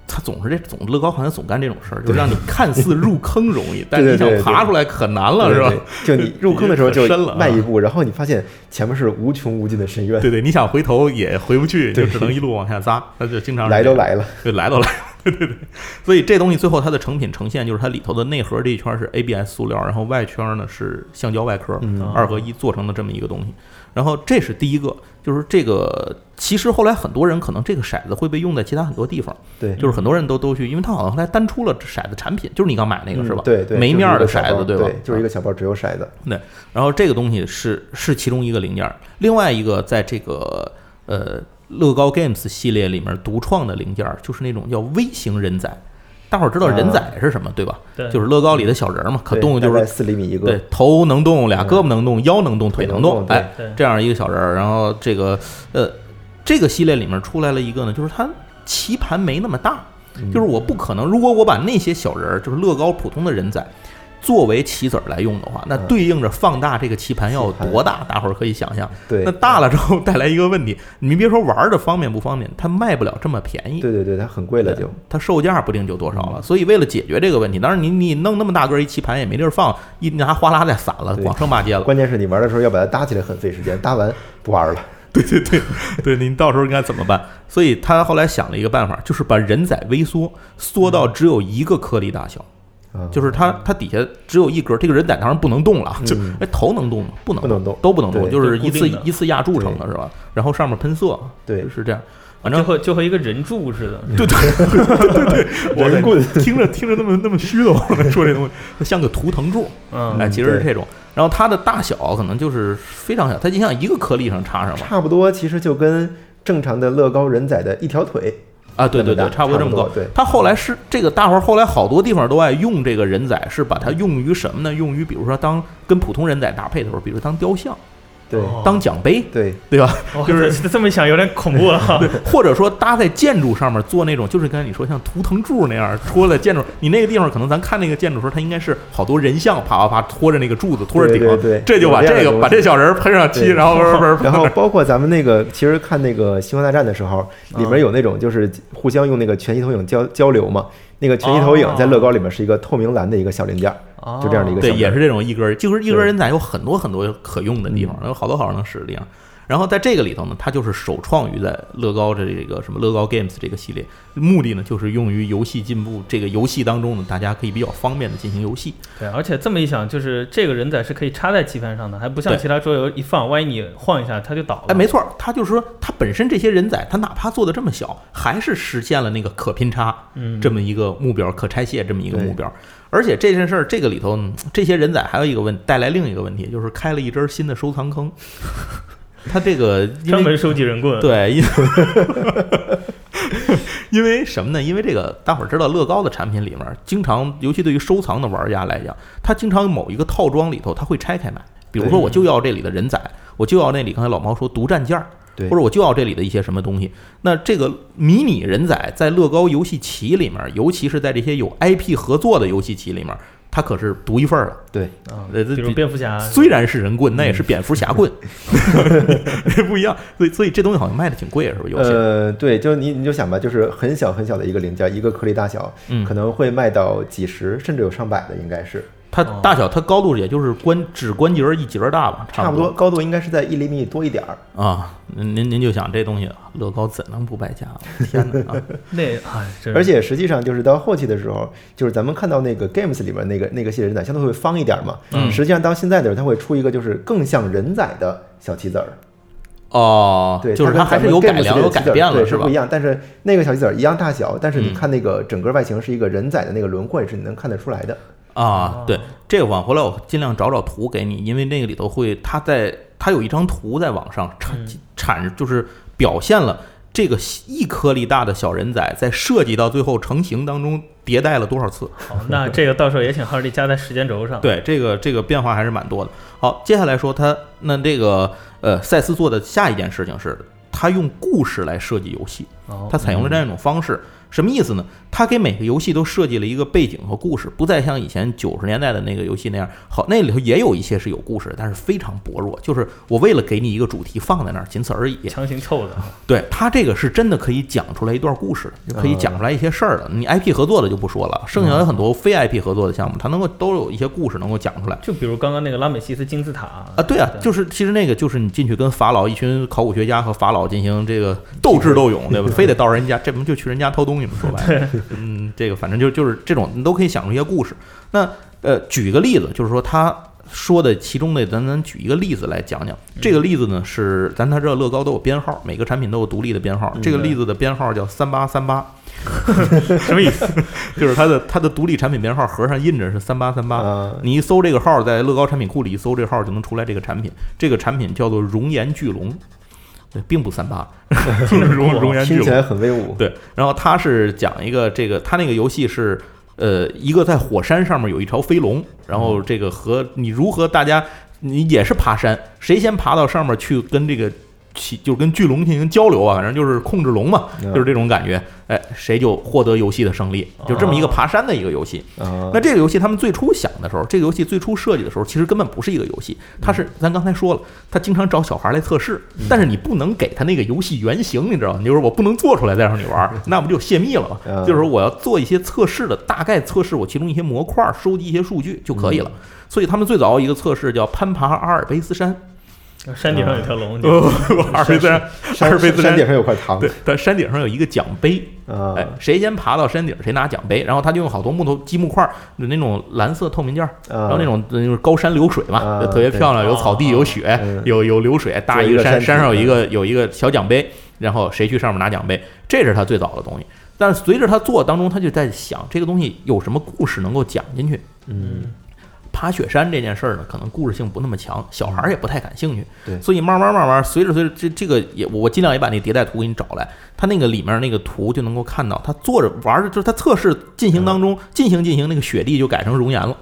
他总是这总乐高好像总干这种事儿，就是让你看似入坑容 易，但是你对对想对爬出来可难了，是吧对？对就你 入坑的时候就很深了啊迈一步，然后你发现前面是无穷无尽的深渊，对对，你想回头也回不去，就对只能一路往下扎，那 就经常是来这都样来了，对，来都来，对对对。所以这东西最后它的成品呈现就是它里头的内核这一圈是 ABS 塑料，然后外圈呢是橡胶外壳，嗯二合一做成的这么一个东西。然后这是第一个，就是这个其实后来很多人可能这个骰子会被用在其他很多地方，对，就是很多人都都去，因为它好像后来单出了骰子产品，就是你刚买那个是吧？嗯对对，没面儿的骰子对吧？就是一个小包，只有骰子，对，然后这个东西是是其中一个零件儿，另外一个在这个呃乐高 Games 系列里面独创的零件儿，就是那种叫微型人仔。大伙儿知道人仔是什么、对吧？对，就是乐高里的小人儿嘛，可啊对动就大概是四厘米一个，对头能动，俩嗯胳膊能动，腰能动，腿能动，对哎，对这样一个小人儿。然后这个呃这个系列里面出来了一个呢，就是它棋盘没那么大，嗯就是我不可能，如果我把那些小人儿，就是乐高普通的人仔，作为棋子儿来用的话，那嗯对应着放大这个棋盘要有棋盘多大，大伙儿可以想象。对那大了之后带来一个问题，你别说玩儿的方便不方便，它卖不了这么便宜。对对对，它很贵了就对，它售价不定就多少嗯了。所以为了解决这个问题，当然你你弄那么大个儿一棋盘也没地儿放，一拿哗啦再散了，对广上骂街了。关键是你玩的时候要把它搭起来，很费时间，搭完不玩了。 对，您到时候应该怎么办？所以他后来想了一个办法，就是把人仔微缩，缩到只有一个颗粒大小。啊，就是它它底下只有一格，这个人仔当然不能动了啊，就嗯哎头能动吗？不能不能动都不能动，对就是就一固次定的一次压铸成的是吧？然后上面喷色，对啊就是这样。反就正和就和一个人柱似的。对对对对，人棍听着听着那么那么虚的，我们说这东西它像个图腾柱，嗯，哎，其实是对这种。然后它的大小可能就是非常小，它就像一个颗粒上插上嘛，差不多，其实就跟正常的乐高人仔的一条腿啊，对对那对，么大差不多这么多高。对，他后来是这个大伙儿后来好多地方都爱用这个人仔，是把它用于什么呢？用于比如说当跟普通人仔搭配的时候，比如当雕像、对哦当奖杯，对，对吧？ 哦就是这这么一想有点恐怖了哈。或者说搭在建筑上面做那种，就是刚才你说像图腾柱那样戳了建筑，你那个地方可能咱看那个建筑的时候，它应该是好多人像啪啪啪拖着那个柱子拖着顶，对对对这就把有这样这的个东把西这小人儿喷上漆，对然后 不是不是 不是然后包括咱们那个，其实看那个《星球大战》的时候，里面有那种就是互相用那个全息投影交交流嘛。那个全息投影哦在乐高里面是一个透明蓝的一个小零件儿，哦就这样的一个对，小也件儿。是这种一根儿，就是一根儿对嗯人仔有很多很多可用的地方，有好多好多能使的地方。然后在这个里头呢，它就是首创于在乐高的这个什么乐高 Games 这个系列，目的呢就是用于游戏进步这个游戏当中呢，大家可以比较方便的进行游戏。对，而且这么一想，就是这个人仔是可以插在棋盘上的，还不像对其他桌游一放，万一你晃一下它就倒了。哎，没错儿，它就是说它本身这些人仔，它哪怕做的这么小，还是实现了那个可拼插嗯，这么一个目标，可拆卸这么一个对目标。而且这件事儿，这个里头嗯这些人仔还有一个问，带来另一个问题，就是开了一针新的收藏 坑。它这个因专为门收集人 棍。对，因为 因为什么呢？因为这个大伙儿知道，乐高的产品里面，经常尤其对于收藏的玩家来讲，它经常某一个套装里头，它会拆开买。比如说，对我就要这里的人仔，我就要那里刚才老猫说独占件儿，对或者我就要这里的一些什么东西。那这个迷你人仔在乐高游戏棋里面，尤其是在这些有 IP 合作的游戏棋里面，它可是独一份儿的。对，啊，呃这比如蝙蝠侠，虽然是人棍，那也是蝙蝠侠棍， 这不一样。所以，所以这东西好像卖的挺贵，啊是不是？有些呃，对，就你你就想吧，就是很小很小的一个零件，一个颗粒大小，嗯可能会卖到几十，甚至有上百的，应该是它哦大小，它高度也就是关指关节儿一节儿大吧，差不不多高度应该是在一厘米多一点儿。啊。您您您就想这东西，啊乐高怎能不败 家？天哪！啊那哎，真是而且实际上就是到后期的时候，就是咱们看到那个 games 里面那个那个系列人仔相对会方一点嘛。嗯实际上到现在的时候，它会出一个就是更像人仔的小棋子儿。哦，对，就是它它跟还咱是们有 games 改良、里的有棋改子儿变了，对是是吧不一？样。但是那个小棋子儿一样大小，但是你嗯看那个整个外形是一个人仔的那个轮廓，也是你能看得出来的。啊，对，这个往回来我尽量找找图给你，因为那个里头会，它在它有一张图在网上产嗯产就是表现了这个一颗粒大的小人仔在设计到最后成型当中迭代了多少次。好，那这个到时候也请哈利加在时间轴上。对，这个这个变化还是蛮多的。好，接下来说他那这个呃，赛斯做的下一件事情是，他用故事来设计游戏。哦，他采用了这样一种方式，什么意思呢？他给每个游戏都设计了一个背景和故事，不再像以前九十年代的那个游戏那样。好，那里头也有一些是有故事的，但是非常薄弱，就是我为了给你一个主题放在那儿，仅此而已。强行凑的， 啊对他这个是真的可以讲出来一段故事的，可以讲出来一些事儿的。你 IP 合作的就不说了，剩下的很多非 IP 合作的项目，它能够都有一些故事能够讲出来。就比如刚刚那个拉美西斯金字塔啊啊，对啊，对就是其实那个就是你进去跟法老一群考古学家和法老进行这个斗智斗勇，对 吧？非得到人家，这不就去人家偷东西吗？说白了， 嗯，这个反正就就是这种，你都可以想出一些故事。那呃，举一个例子，就是说他说的其中的，咱咱举一个例子来讲讲。嗯这个例子呢是，咱他知道乐高都有编号，每个产品都有独立的编号。嗯这个例子的编号叫三八三八， 什么意思？就是它的它的独立产品编号盒上印着是三八三哦八。啊，你一搜这个号，在乐高产品库里一搜这个号，就能出来这个产品。这个产品叫做熔岩巨龙，对，并不三八， 就是熔熔岩巨听起来龙。很威武。对，然后它是讲一个这个，它那个游戏是。呃，一个在火山上面有一条飞龙，然后这个和你如何大家，你也是爬山，谁先爬到上面去跟这个起，就是跟巨龙进行交流啊，反正就是控制龙嘛，嗯就是这种感觉，哎，谁就获得游戏的胜利，就这么一哦个爬山的一个游戏。啊 那，这个游戏他们最初想的时候，这个游戏最初设计的时候，其实根本不是一个游戏，它是咱刚才说了，他经常找小孩来测试，但是你不能给他那个游戏原型，你知道吗？你就是我不能做出来再让你玩儿，那不就泄密了吗？嗯就是我要做一些测试的，大概测试我其中一些模块，收集一些数据就可以了。所以他们最早一个测试叫攀爬阿尔卑斯山，山顶上有条龙， 就呃， 阿尔卑斯山，阿山尔卑斯山顶上有块糖对，它山顶上有一个奖杯，啊，哎，谁先爬到山顶，谁拿奖杯。然后他就用好多木头积木块儿，有那种蓝色透明件儿，然然后那种就是高山流水嘛，啊就特别漂亮，对有草地，啊有雪嗯，有哦有流水，搭一个山，嗯做一个山体山上有一个有一个小奖杯，然后谁去上面拿奖杯，这是他最早的东西。但是随着他做当中，他就在想这个东西有什么故事能够讲进去。嗯，爬雪山这件事儿呢，可能故事性不那么强，小孩儿也不太感兴趣。对所以慢慢慢慢，随着随着这这个也，我我尽量也把那个迭代图给你找来，它那个里面那个图就能够看到，他坐着玩着，就是他测试进行当中，进行进行，那个雪地就改成 熔岩了，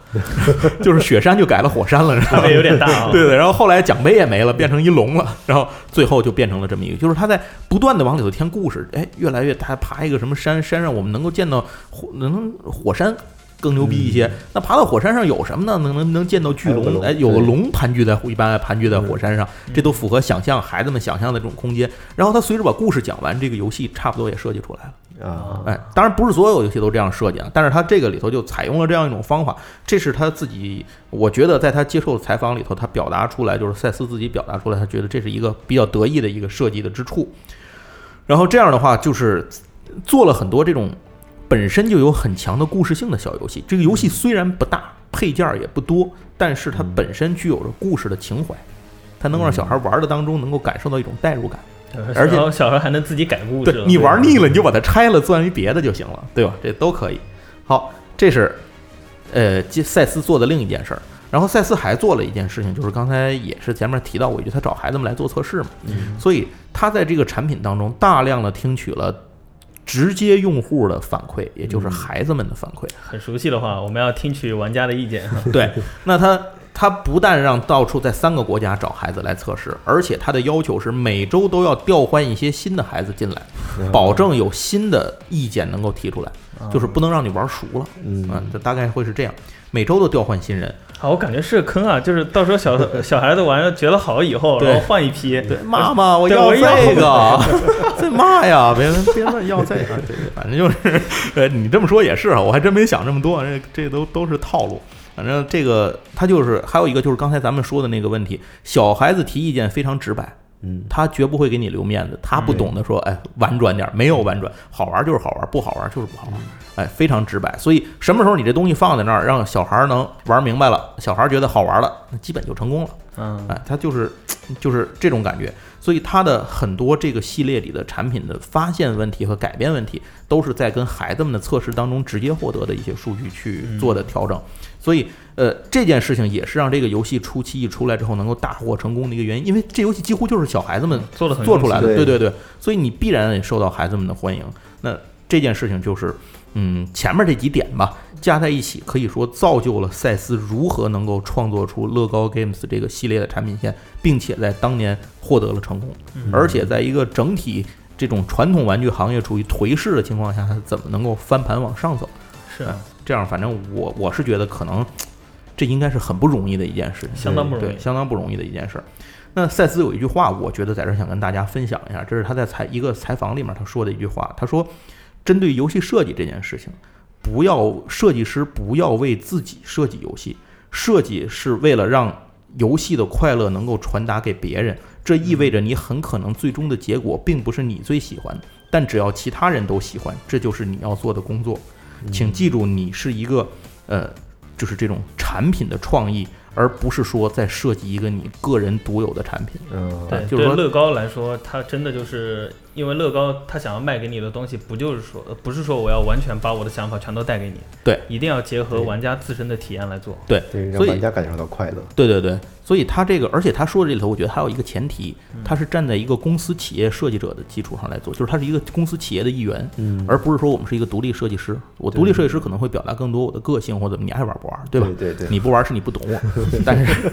就是雪山就改了火山了，然差后别有点大啊。 对对，然后后来奖杯也没了，变成一龙了，然后最后就变成了这么一个，就是他在不断的往里头添故事，哎，越来越他爬一个什么山，山上我们能够见到火，能火山。更牛逼一些，那爬到火山上有什么呢？能能能见到巨嗯还有个龙，龙哎，有个对嗯龙盘踞在一般盘踞在火山上，这都符合想象孩子们想象的这种空间。然后他随着把故事讲完，这个游戏差不多也设计出来了。啊，哎，当然不是所有游戏都这样设计啊，但是他这个里头就采用了这样一种方法，这是他自己，我觉得在他接受采访里头，他表达出来就是塞斯自己表达出来，他觉得这是一个比较得意的一个设计的之处。然后这样的话，就是做了很多这种本身就有很强的故事性的小游戏。这个游戏虽然不大，配件儿也不多，但是它本身具有着故事的情怀，它能够让小孩玩的当中能够感受到一种代入感。而且然后小孩还能自己改故事啊对了，你玩腻了，你就把它拆了，钻一别的就行了，对吧？这都可以。好，这是呃，基赛斯做的另一件事儿。然后赛斯还做了一件事情，就是刚才也是前面提到过一句，他找孩子们来做测试嘛，所以他在这个产品当中大量的听取了直接用户的反馈，也就是孩子们的反馈。很熟悉的话，我们要听取玩家的意见。啊对，那他他不但让到处在三个国家找孩子来测试，而且他的要求是每周都要调换一些新的孩子进来，保证有新的意见能够提出来，就是不能让你玩熟了。嗯啊，这大概会是这样，每周都调换新人。好，我感觉是个坑啊，就是到时候小小孩子玩了觉得好以后，对然后换一批，对，妈妈，我对要我要这个， 这骂呀，别别乱要这个，对对，反正就是，呃，你这么说也是啊，我还真没想这么多，这这都都是套路。反正这个他就是还有一个就是刚才咱们说的那个问题，小孩子提意见非常直白，嗯，他绝不会给你留面子，他不嗯懂得说，哎，婉转点儿，没有婉转，好玩就是好玩，不好玩就是不好玩，嗯哎，非常直白。所以什么时候你这东西放在那儿，让小孩儿能玩明白了，小孩儿觉得好玩了，那基本就成功了。嗯，哎，它就是就是这种感觉。所以它的很多这个系列里的产品的发现问题和改变问题，都是在跟孩子们的测试当中直接获得的一些数据去做的调整。所以，呃，这件事情也是让这个游戏初期一出来之后能够大获成功的一个原因，因为这游戏几乎就是小孩子们做的很做出来的，对对对对，所以你必然也受到孩子们的欢迎。那这件事情就是，嗯，前面这几点吧，加在一起，可以说造就了赛斯如何能够创作出乐高 Games 这个系列的产品线，并且在当年获得了成功，而且在一个整体这种传统玩具行业处于颓势的情况下，它怎么能够翻盘往上走？是啊这样，反正我我是觉得可能这应该是很不容易的一件事情，相当不容易对，。相当不容易的一件事儿。那赛斯有一句话，我觉得在这儿想跟大家分享一下，这是他在采一个采访里面他说的一句话，他说，针对游戏设计这件事情，不要设计师不要为自己设计游戏，设计是为了让游戏的快乐能够传达给别人，这意味着你很可能最终的结果并不是你最喜欢的，但只要其他人都喜欢，这就是你要做的工作。请记住，你是一个呃，就是这种产品的创意，而不是说在设计一个你个人独有的产品。嗯，对，就是对说乐高来说，它真的就是因为乐高，它想要卖给你的东西，不就是说，呃不是说我要完全把我的想法全都带给你，对，一定要结合玩家自身的体验来做。对，对，让所以玩家感受到快乐，对对对，所以他这个，而且他说这里头，我觉得还有一个前提，他是站在一个公司企业设计者的基础上来做，就是他是一个公司企业的一员，嗯，而不是说我们是一个独立设计师。我独立设计师可能会表达更多我的个性或者你爱玩不玩，对吧？对对对，你不玩是你不懂我， 但是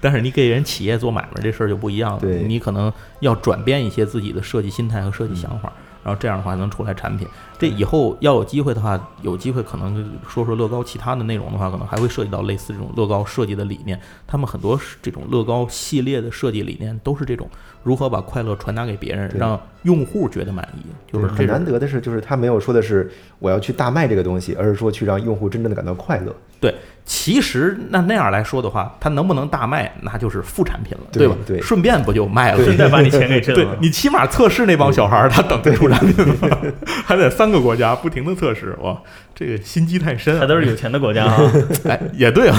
但是你给人企业做买卖这事儿就不一样了，对你可能要转变一些自己的设计心态和设计想法，嗯然后这样的话能出来产品。这以后要有机会的话，有机会可能就说说乐高其他的内容的话，可能还会涉及到类似这种乐高设计的理念。他们很多是这种乐高系列的设计理念都是这种如何把快乐传达给别人，对让用户觉得满意，就是很这难种。得的是，就是他没有说的是我要去大卖这个东西，而是说去让用户真正的感到快乐。对，其实那那样来说的话，它能不能大卖，那就是副产品了，对吧？对顺便不就卖了？顺带把你钱给挣对了。你起码测试那帮小孩儿，他等着出产品吗？ 还在三个国家不停的测试，哇，这个心机太深、啊， 它都是有钱的国家啊，哎，也对啊，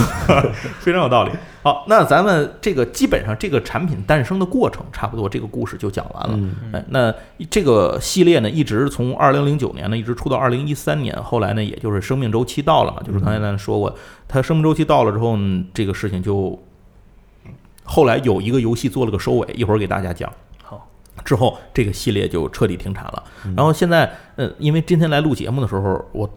非常有道理。好，那咱们这个基本上这个产品诞生的过程，差不多这个故事就讲完了。嗯哎，那这个系列呢，一直从二零零九年呢，一直出到二零一三年，后来呢，也就是生命周期到了嘛，就是刚才咱说过，它生命周期到了之后，嗯这个事情就后来有一个游戏做了个收尾，一会儿给大家讲。好，嗯之后这个系列就彻底停产了。然后现在，呃，因为今天来录节目的时候，我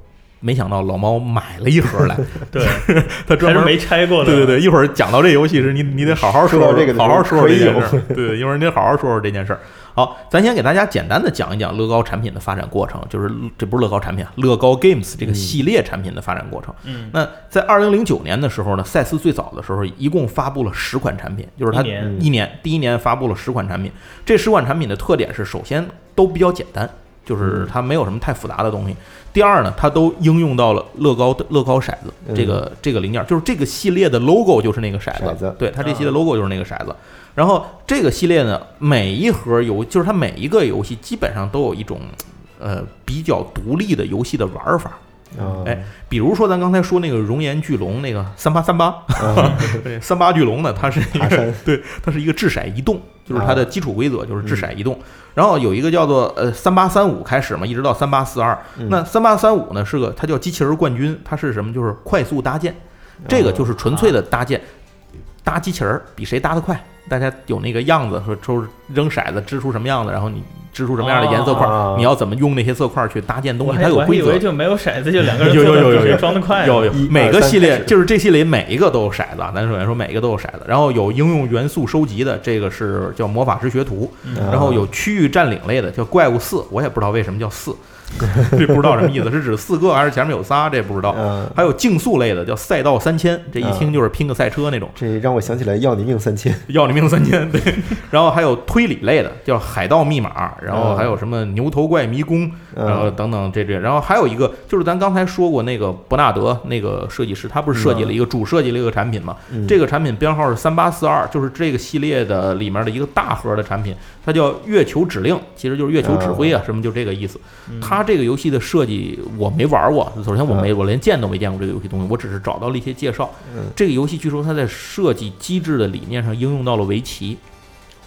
没想到老猫买了一盒来， 对， 他还专是门没拆过的，对对对，一会儿讲到这游戏时，你你得好好说说说到这个的时好候好说说这件可以事儿。对，一会儿你得好好说说这件事儿。好，咱先给大家简单的讲一讲乐高产品的发展过程，就是这不是乐高产品啊，乐高 Games 嗯这个系列产品的发展过程。嗯，那在二零零九年的时候呢，赛斯最早的时候一共发布了十款产品，就是它一年一年第一年发布了十款产品。这十款产品的特点是，首先都比较简单，嗯就是它没有什么太复杂的东西。第二呢，它都应用到了乐高的乐高骰子嗯这个这个零件，就是这个系列的 logo 就是那个骰骰子对，它这系列啊 logo 就是那个骰子。然后这个系列呢，每一盒游就是它每一个游戏基本上都有一种呃比较独立的游戏的玩法。啊，哎比如说咱刚才说那个熔岩巨龙那个三八三八，啊对，三八巨龙呢，它是一爬山个 对，它是一个掷骰移动，就是它的基础规则就是掷骰移动。然后有一个叫做呃三八三五开始嘛，一直到三八四二。嗯 那三八三五呢是个它叫机器人冠军，它是什么？就是快速搭建，这个就是纯粹的搭建，搭机器人儿比谁搭得快。大家有那个样子，说抽扔骰子掷出什么样子，然后你掷出什么样的颜色块哦儿，你要怎么用那些色块儿去搭建东我西，还它有我还规以则为。就没有骰子，就两个人 有有坐在有有那儿有装的快，有有，哎一每个二三系开列始就是这系列每一个都有骰子啊，咱首先说每一个都有骰子，然后有应用元素收集的，这个是叫魔法师学徒，啊嗯然后有区域占领类的叫怪物四，我也不知道为什么叫 四，这不知道什么意思，是指四个还是前面有仨，这不知道。啊，还有竞速类的叫赛道三千，这一嗯听就是拼个赛车那种，这让我想起来要你命三千， 要你命三千。对，然后还有推理类的叫海盗密码，然后还有什么牛头怪迷宫，然后啊，等等这这，然后还有一个就是咱刚才说过那个伯纳德那个设计师，他不是设计了一个主设计了一个产品嘛？嗯这个产品编号是三八四二，就是这个系列的里面的一个大盒的产品，它叫月球指令，其实就是月球指挥啊，什么就这个意思。嗯嗯它这个游戏的设计我没玩过，首先我没我连见都没见过这个游戏东西，我只是找到了一些介绍。嗯这个游戏据说它在设计机制的理念上应用到了围棋，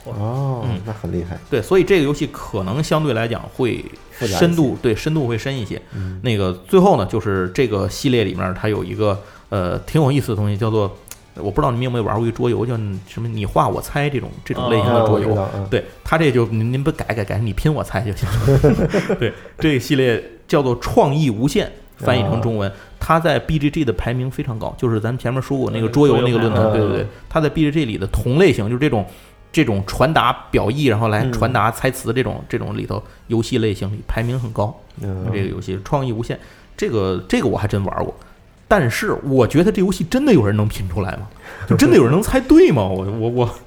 哦嗯，那很厉害，对，所以这个游戏可能相对来讲会复杂一些深度，对深度会深一些。嗯那个最后呢，就是这个系列里面它有一个呃挺有意思的东西，叫做我不知道你们有没有玩过一个桌游，叫什么你画我猜这种这种类型啊的啊，桌我知游。道啊，对，它这就您您不改改改，你拼我猜就行。 对，这个系列叫做创意无限，翻译成中啊文，它在 BGG 的排名非常高，就是咱们前面说过那个嗯桌游桌游那个论坛，呃排对名啊对对，它在 BGG 里的同类型就是这种。这种传达表意，然后来嗯传达猜词这种、这种里头游戏类型里排名很高，嗯这个游戏创意无限，这个这个我还真玩过，但是我觉得这游戏真的有人能拼出来吗？就真的有人能猜对吗？我我我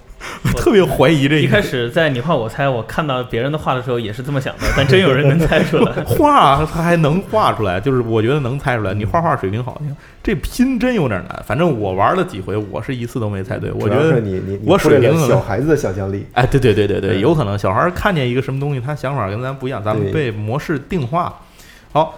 我特别怀疑这一个。。开始在你画我猜，我看到别人的画的时候也是这么想的，但真有人能猜出来 画他还能画出来，就是我觉得能猜出来。你画画水平好，这拼真有点难。反正我玩了几回，我是一次都没猜对。我主觉要是得，你你你我忽略水平了可能小孩子的想象力，哎，对对对对对，嗯有可能小孩儿看见一个什么东西，他想法跟咱不一样，咱们被对模式定化。好，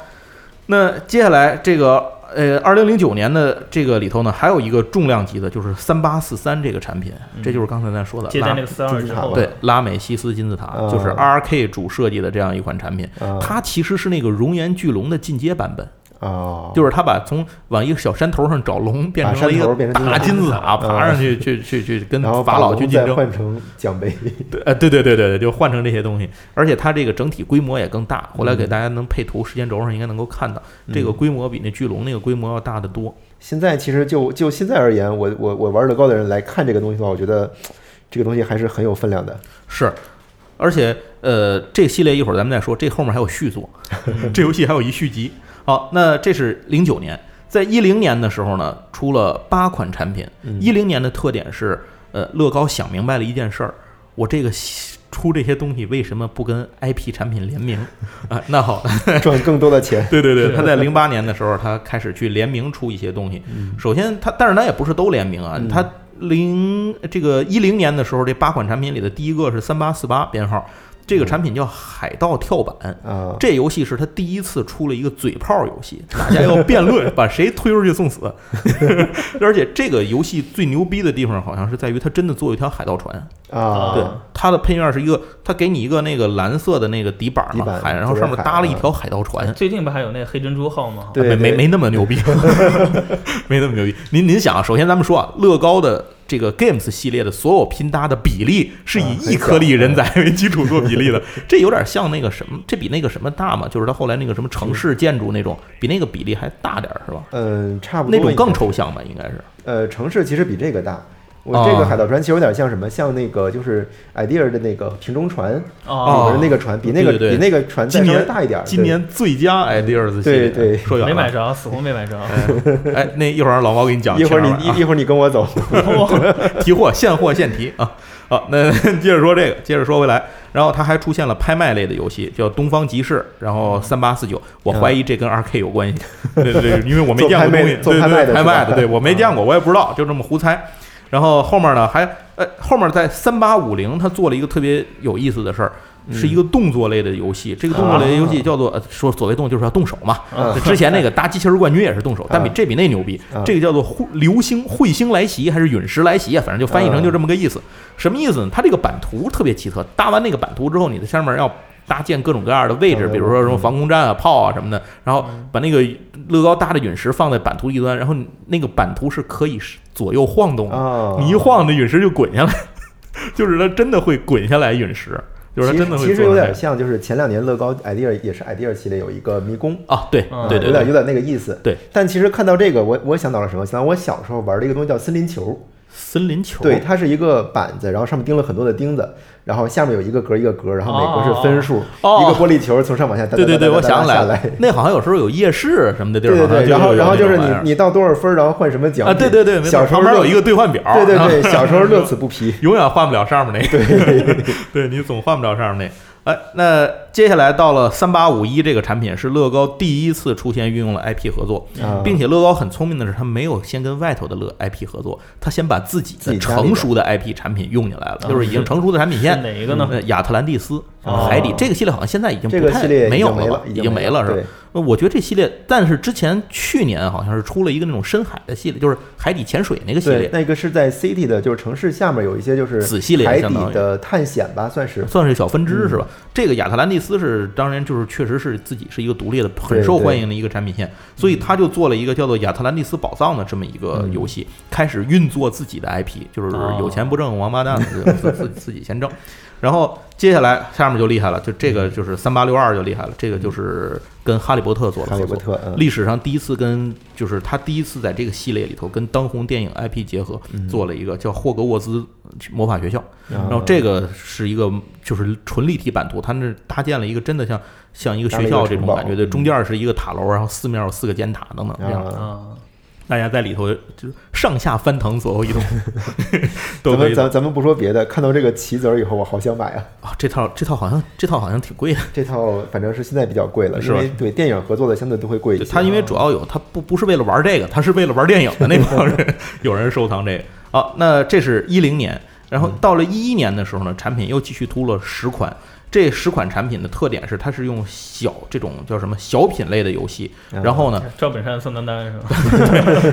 那接下来这个呃，二零零九年的这个里头呢，还有一个重量级的，就是三八四三这个产品，嗯这就是刚才咱说的接拉在那个四二之后，对拉美西斯金字塔，嗯就是 R K 主设计的这样一款产品。啊它其实是那个熔岩巨龙的进阶版本，啊，就是他把从往一个小山头上找龙变成了一把山个头变成大金金字字塔塔，嗯爬上去去去去跟然后法老去竞再争。换成奖杯， 对，呃，对对对对对，就换成这些东西，而且它这个整体规模也更大。后来嗯给大家能配图，时间轴上应该能够看到，这个规模比那巨龙那个规模要大得多。现在其实就就现在而言，我我我玩乐高的人来看这个东西的话，我觉得这个东西还是很有分 量的。是，而且呃，这系列一会儿咱们再说，这后面还有续作，这游戏还有一续集。好，那这是零九年，在一零年的时候呢，出了八款产品。一零年的特点是，呃，乐高想明白了一件事儿，我这个系出这些东西为什么不跟 IP 产品联名 啊？那好，赚更多的 钱，对对对，是他在零八年的时候，他开始去联名出一些东西。首先，他但是他也不是都联名啊，嗯他零这个一零年的时候，这八款产品里的第一个是三八四八编号，这个嗯产品叫《海盗跳板》。啊，这游戏是他第一次出了一个嘴炮游戏，大家要辩论，把谁推出去送 死。 而且这个游戏最牛逼的地方，好像是在于它真的做一条海盗船。啊，对，它的配乐是一个，它给你一个那个蓝色的那个底板底嘛，板海，然后上面搭啊了一条海盗船。最近不还有那个黑珍珠号吗？对啊没没没那么牛 逼，没那么牛逼。您您想啊，首先咱们说啊，乐高的这个 Games 系列的所有拼搭的比例是以啊一颗粒人仔为基础做比例的，这有点像那个什么，这比那个什么大嘛，就是它后来那个什么城市建筑那种，比那个比例还大点儿是吧？嗯，差不多那种应更该抽象吧，应该是。呃，城市其实比这个大。我啊这个海盗船其实有点像什么，像那个就是 idea 的那个瓶中船里哦，边的那个船，比那啊个对对对比那个船再今稍微年大一点儿。今年最佳 ideas 系列，对对说远没了买着，死活没买着。哎哎，那一会儿让老猫给你讲对一前会儿面啊，你一一会儿你跟我走，哇 提货现货现提啊。好，那 接着说这个，接着说回来，然后它还出现了拍卖类的游戏，叫《东方集市》，然嗯后三八四九，我怀疑这跟 R K 有关系， 对对对，因为我没见过东西，做拍对对对卖做拍卖的是拍吧嗯卖的，对我没见过，我也不知道，就这么胡猜。然后后面呢，还呃，后面在三八五零，他做了一个特别有意思的事儿，嗯是一个动作类的游戏。这个动作类的游啊戏叫做、呃说所谓动作就是要动手嘛，嗯 之前那个搭机器人冠军也是动手，但比啊这比那牛逼。啊这个叫做彗流星彗星来袭还是陨石来袭啊？反正就翻译成就这么个意啊思。什么意思呢？它这个版图特别奇特，搭完那个版图之后，你在上面要。搭建各种各样的位置，嗯比如说什么防空站啊、炮啊什么的，然后把那个乐高搭的陨石放在版图一端，然后那个版图是可以左右晃动的，啊，你一晃，那陨石就滚下来， 就是它真的会滚下来陨石，就是它其真的实会其实做有成点这像，就是前两年乐高 idea 也是 idea 系列有一个迷宫，样啊，对嗯对对有点对，有点那个意思。对，但其实看到这个，我我想到了什么？想到我小时候玩的一个东西叫森林球，森林球，对，它是一个板子，然后上面钉了很多的钉子，然后下面有一个格一个格，然后每格是分数，哦一个玻璃球从上往下哒哒对对对，哒哒我哒哒想起来下了来。，那好像有时候有夜市什么的地儿，对对好像对，然后有然后那种就是玩意儿你你到多少分儿，然后换什么奖啊，对对对，没错品小时候旁边乐有一个兑换表，对对然后 对，小时候乐此不疲。永远换不了上面那个， 对，你总换不了上面那。哎，那接下来到了三八五一这个产品是乐高第一次出现运用了 IP 合作，啊并且乐高很聪明的是，他没有先跟外头的乐 IP 合作，他先把自己自的己家里的成熟的 IP 产品用进来了，啊就是已经成熟的产品线 是哪一个呢呃亚特兰蒂斯、哦海底这个系列好像现在已经这不个太系列没有没吧了，，已经没了是吧对？，呃我觉得这系列，但是之前去年好像是出了一个那种深海的系列，就是海底潜水那个系对，列，那个是在 city 的，就是城市下面有一些就是子系列海相当于底的探险吧，算是。嗯算是小分支是吧？这个亚特兰蒂斯是当然就是确实是自己是一个独立的很受欢迎的一个产品线，所嗯以他就做了一个叫做亚特兰蒂斯宝藏的这么一个游戏，开始运作自己的 IP，就是哦有钱不挣，王八蛋自自自己先挣。然后接下来下面就厉害了，就这嗯个就是三八六二就厉害了，这个就是跟哈利波特做了哈利合波作。特，嗯历史上第一次跟，就是他第一次在这个系列里头跟当红电影 IP 结合，嗯做了一个叫霍格沃兹魔法学校。然后这个是一个就是纯立体版图，它那搭建了一个真的像像一个学校这种感觉，对，中间是一个塔楼，然后四面有四个尖塔等等这样，嗯啊，啊，大家在里头就是上下翻腾左右 移动，都可咱们以咱咱们不说别的，看到这个棋子儿以后，我好想买啊！啊。这套这套好像这套好像挺贵的，这套反正是现在比较贵了，是因吧为对电影合作的相对都会贵一些。它因为主要有它不不是为了玩这个，它是为了玩电影的那帮人，有人收藏这个。啊，那这是一零年，然后到了一一年的时候呢，产品又继续出了十款。这十款产品的特点是，它是用小这种叫什么小品类的游戏，嗯然后呢，赵本山、宋丹丹是吧？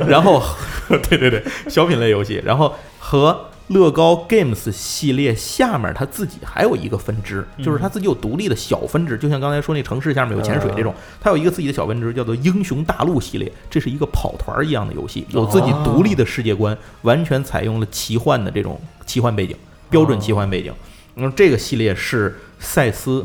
然后 对对对，小品类游戏，然后和乐高 Games 系列下面它自己还有一个分支，就是它自己有独立的小分支，就像刚才说那城市下面有潜水这种，它有一个自己的小分支叫做英雄大陆系列，这是一个跑团儿一样的游戏，有自己独立的世界观，完全采用了奇幻的这种奇幻背景，标准奇幻背景。那、么这个系列是赛斯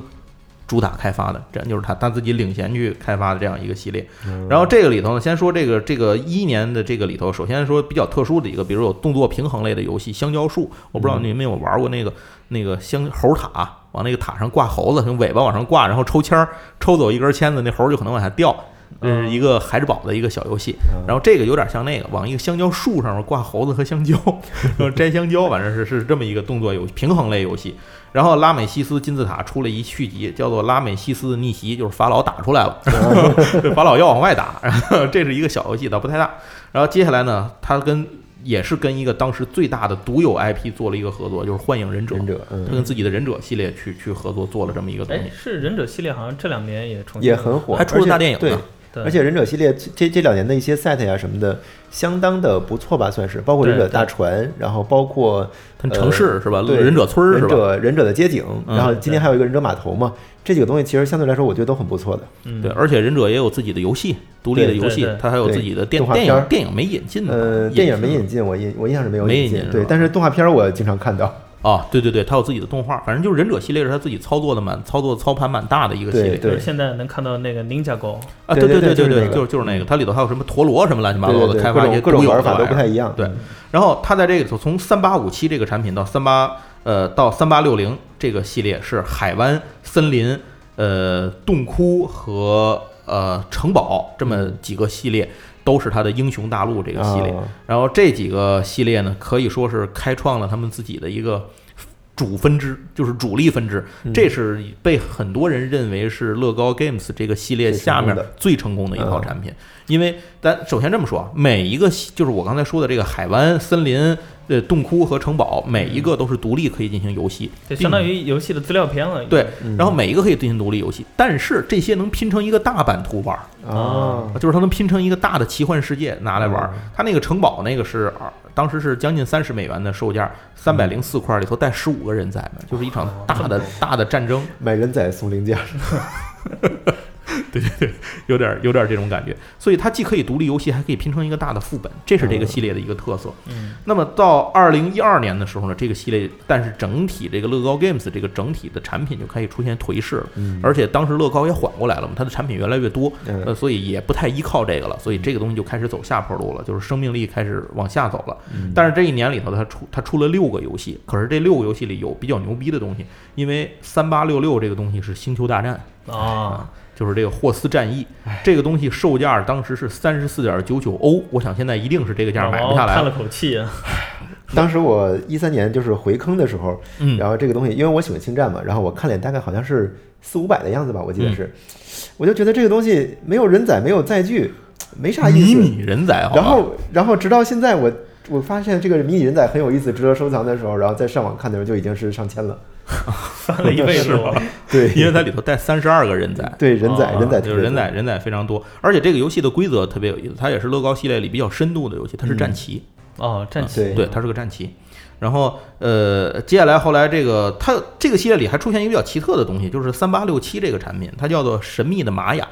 主打开发的，这样就是他他自己领衔去开发的这样一个系列。嗯然后这个里头呢，先说这个这个一年的这个里头，首先说比较特殊的一个，比如有动作平衡类的游戏《香蕉树》，我不知道你们有没有玩过那个那个香猴塔，往那个塔上挂猴子，用尾巴往上挂，然后抽签儿，抽走一根签子，那猴儿就可能往下掉。这是一个孩之宝的一个小游戏，嗯然后这个有点像那个往一个香蕉树上面挂猴子和香蕉， 然后摘香蕉，反正是是这么一个动作游戏，平衡类游戏。然后拉美西斯金字塔出了一续集，叫做《拉美西斯的逆袭》，就是法老打出来 了，对，法老要往外打，然后这是一个小游戏，倒不太大。然后接下来呢，它跟也是跟一个当时最大的独有 IP 做了一个合作，就是《幻影忍者》，忍者，他嗯，跟自己的忍者系列去去合作做了这么一个东哎，西，是忍者系列好像这两年也重新也很火，还出了而且大电影呢对，对，而且忍者系列这这这两年的一些 set 呀、什么的，相当的不错吧，算是，包括对忍者大船，然后包括它城市是吧？呃对忍者村儿是忍吧？者忍者的街景，嗯然后今天还有一个忍者码头嘛，这几个东西其实相对来说我觉得都很不错的。嗯对，，而且忍者也有自己的游戏，独立的游戏对对，对它还有自己的电动画电片儿影，电影没引进的，呃，引电影没进的引进，我印我印象是没有没引引进进，是对吧，但是动画片儿我经常看到，啊，对对对，它有自己的动画，反正就是忍者系列是他自己操作的蛮操作操盘蛮大的一个系列对对现在能看到那个 Ninja Go，啊，对对对对对就是那个就是就是那个，它里头还有什么陀螺什么乱七八对糟的，对对，开各发一些种各独种有的玩法都玩意不儿太一样。嗯对然后它在这个里头，从三八五七这个产品到三八呃到三八六零这个系列是海湾、森林、呃洞窟和呃城堡这么几个系列，都是它的英雄大陆这个系列。啊然后这几个系列呢，可以说是开创了他们自己的一个主分支，就是主力分支。嗯这是被很多人认为是乐高 Games 这个系列下面最成功的一套产品。因为咱首先这么说啊，每一个系就是我刚才说的这个海湾、森林、呃洞窟和城堡，每一个都是独立可以进行游戏，就并嗯相当于游戏的资料片了。对。嗯然后每一个可以进行独立游戏，但是这些能拼成一个大版图玩儿。啊，就是它能拼成一个大的奇幻世界拿来玩儿。它那个城堡那个是二，当时是将近三十美元的售价，三百零四块里头带十五个人在呢，就是一场大的大的战争，买人仔送 零件儿，有点有点这种感觉。所以它既可以独立游戏，还可以拼成一个大的副本，这是这个系列的一个特色。嗯，那么到二零一二年的时候呢，这个系列但是整体这个乐高 Games 这个整体的产品就开始出现颓势了，嗯而且当时乐高也缓过来了嘛，它的产品越来越多，嗯呃，所以也不太依靠这个了，所以这个东西就开始走下坡路了，就是生命力开始往下走了。嗯但是这一年里头，它出它出了六个游戏，可是这六个游戏里有比较牛逼的东西，因为三八六六这个东西是星球大战啊，，就是这个霍斯战役，哎这个东西售价当时是三十四点九九欧，我想现在一定是这个价买不下老毛哦来叹了了。口气，当时我一三年就是回坑的时候，嗯，然后这个东西，因为我喜欢星战嘛，然后我看了眼大概好像是四五百的样子吧，我记嗯得是，我就觉得这个东西没有人仔，没有载具，没啥意迷思。你人仔好吧然后，然后直到现在我。我发现这个迷你人仔很有意思，值得收藏的时候，然后再上网看的时候就已经是上千了。翻了一辈子 我。对，因为它里头带三十二个人仔，对人仔啊人仔特就是别多人仔人仔非常多，而且这个游戏的规则特别有意思，它也是乐高系列里比较深度的游戏，它是战棋，哦，战棋，啊对对，它是个战棋。然后，呃，接下来后来这个它这个系列里还出现一个比较奇特的东西，就是三八六七这个产品，它叫做《神秘的玛雅》。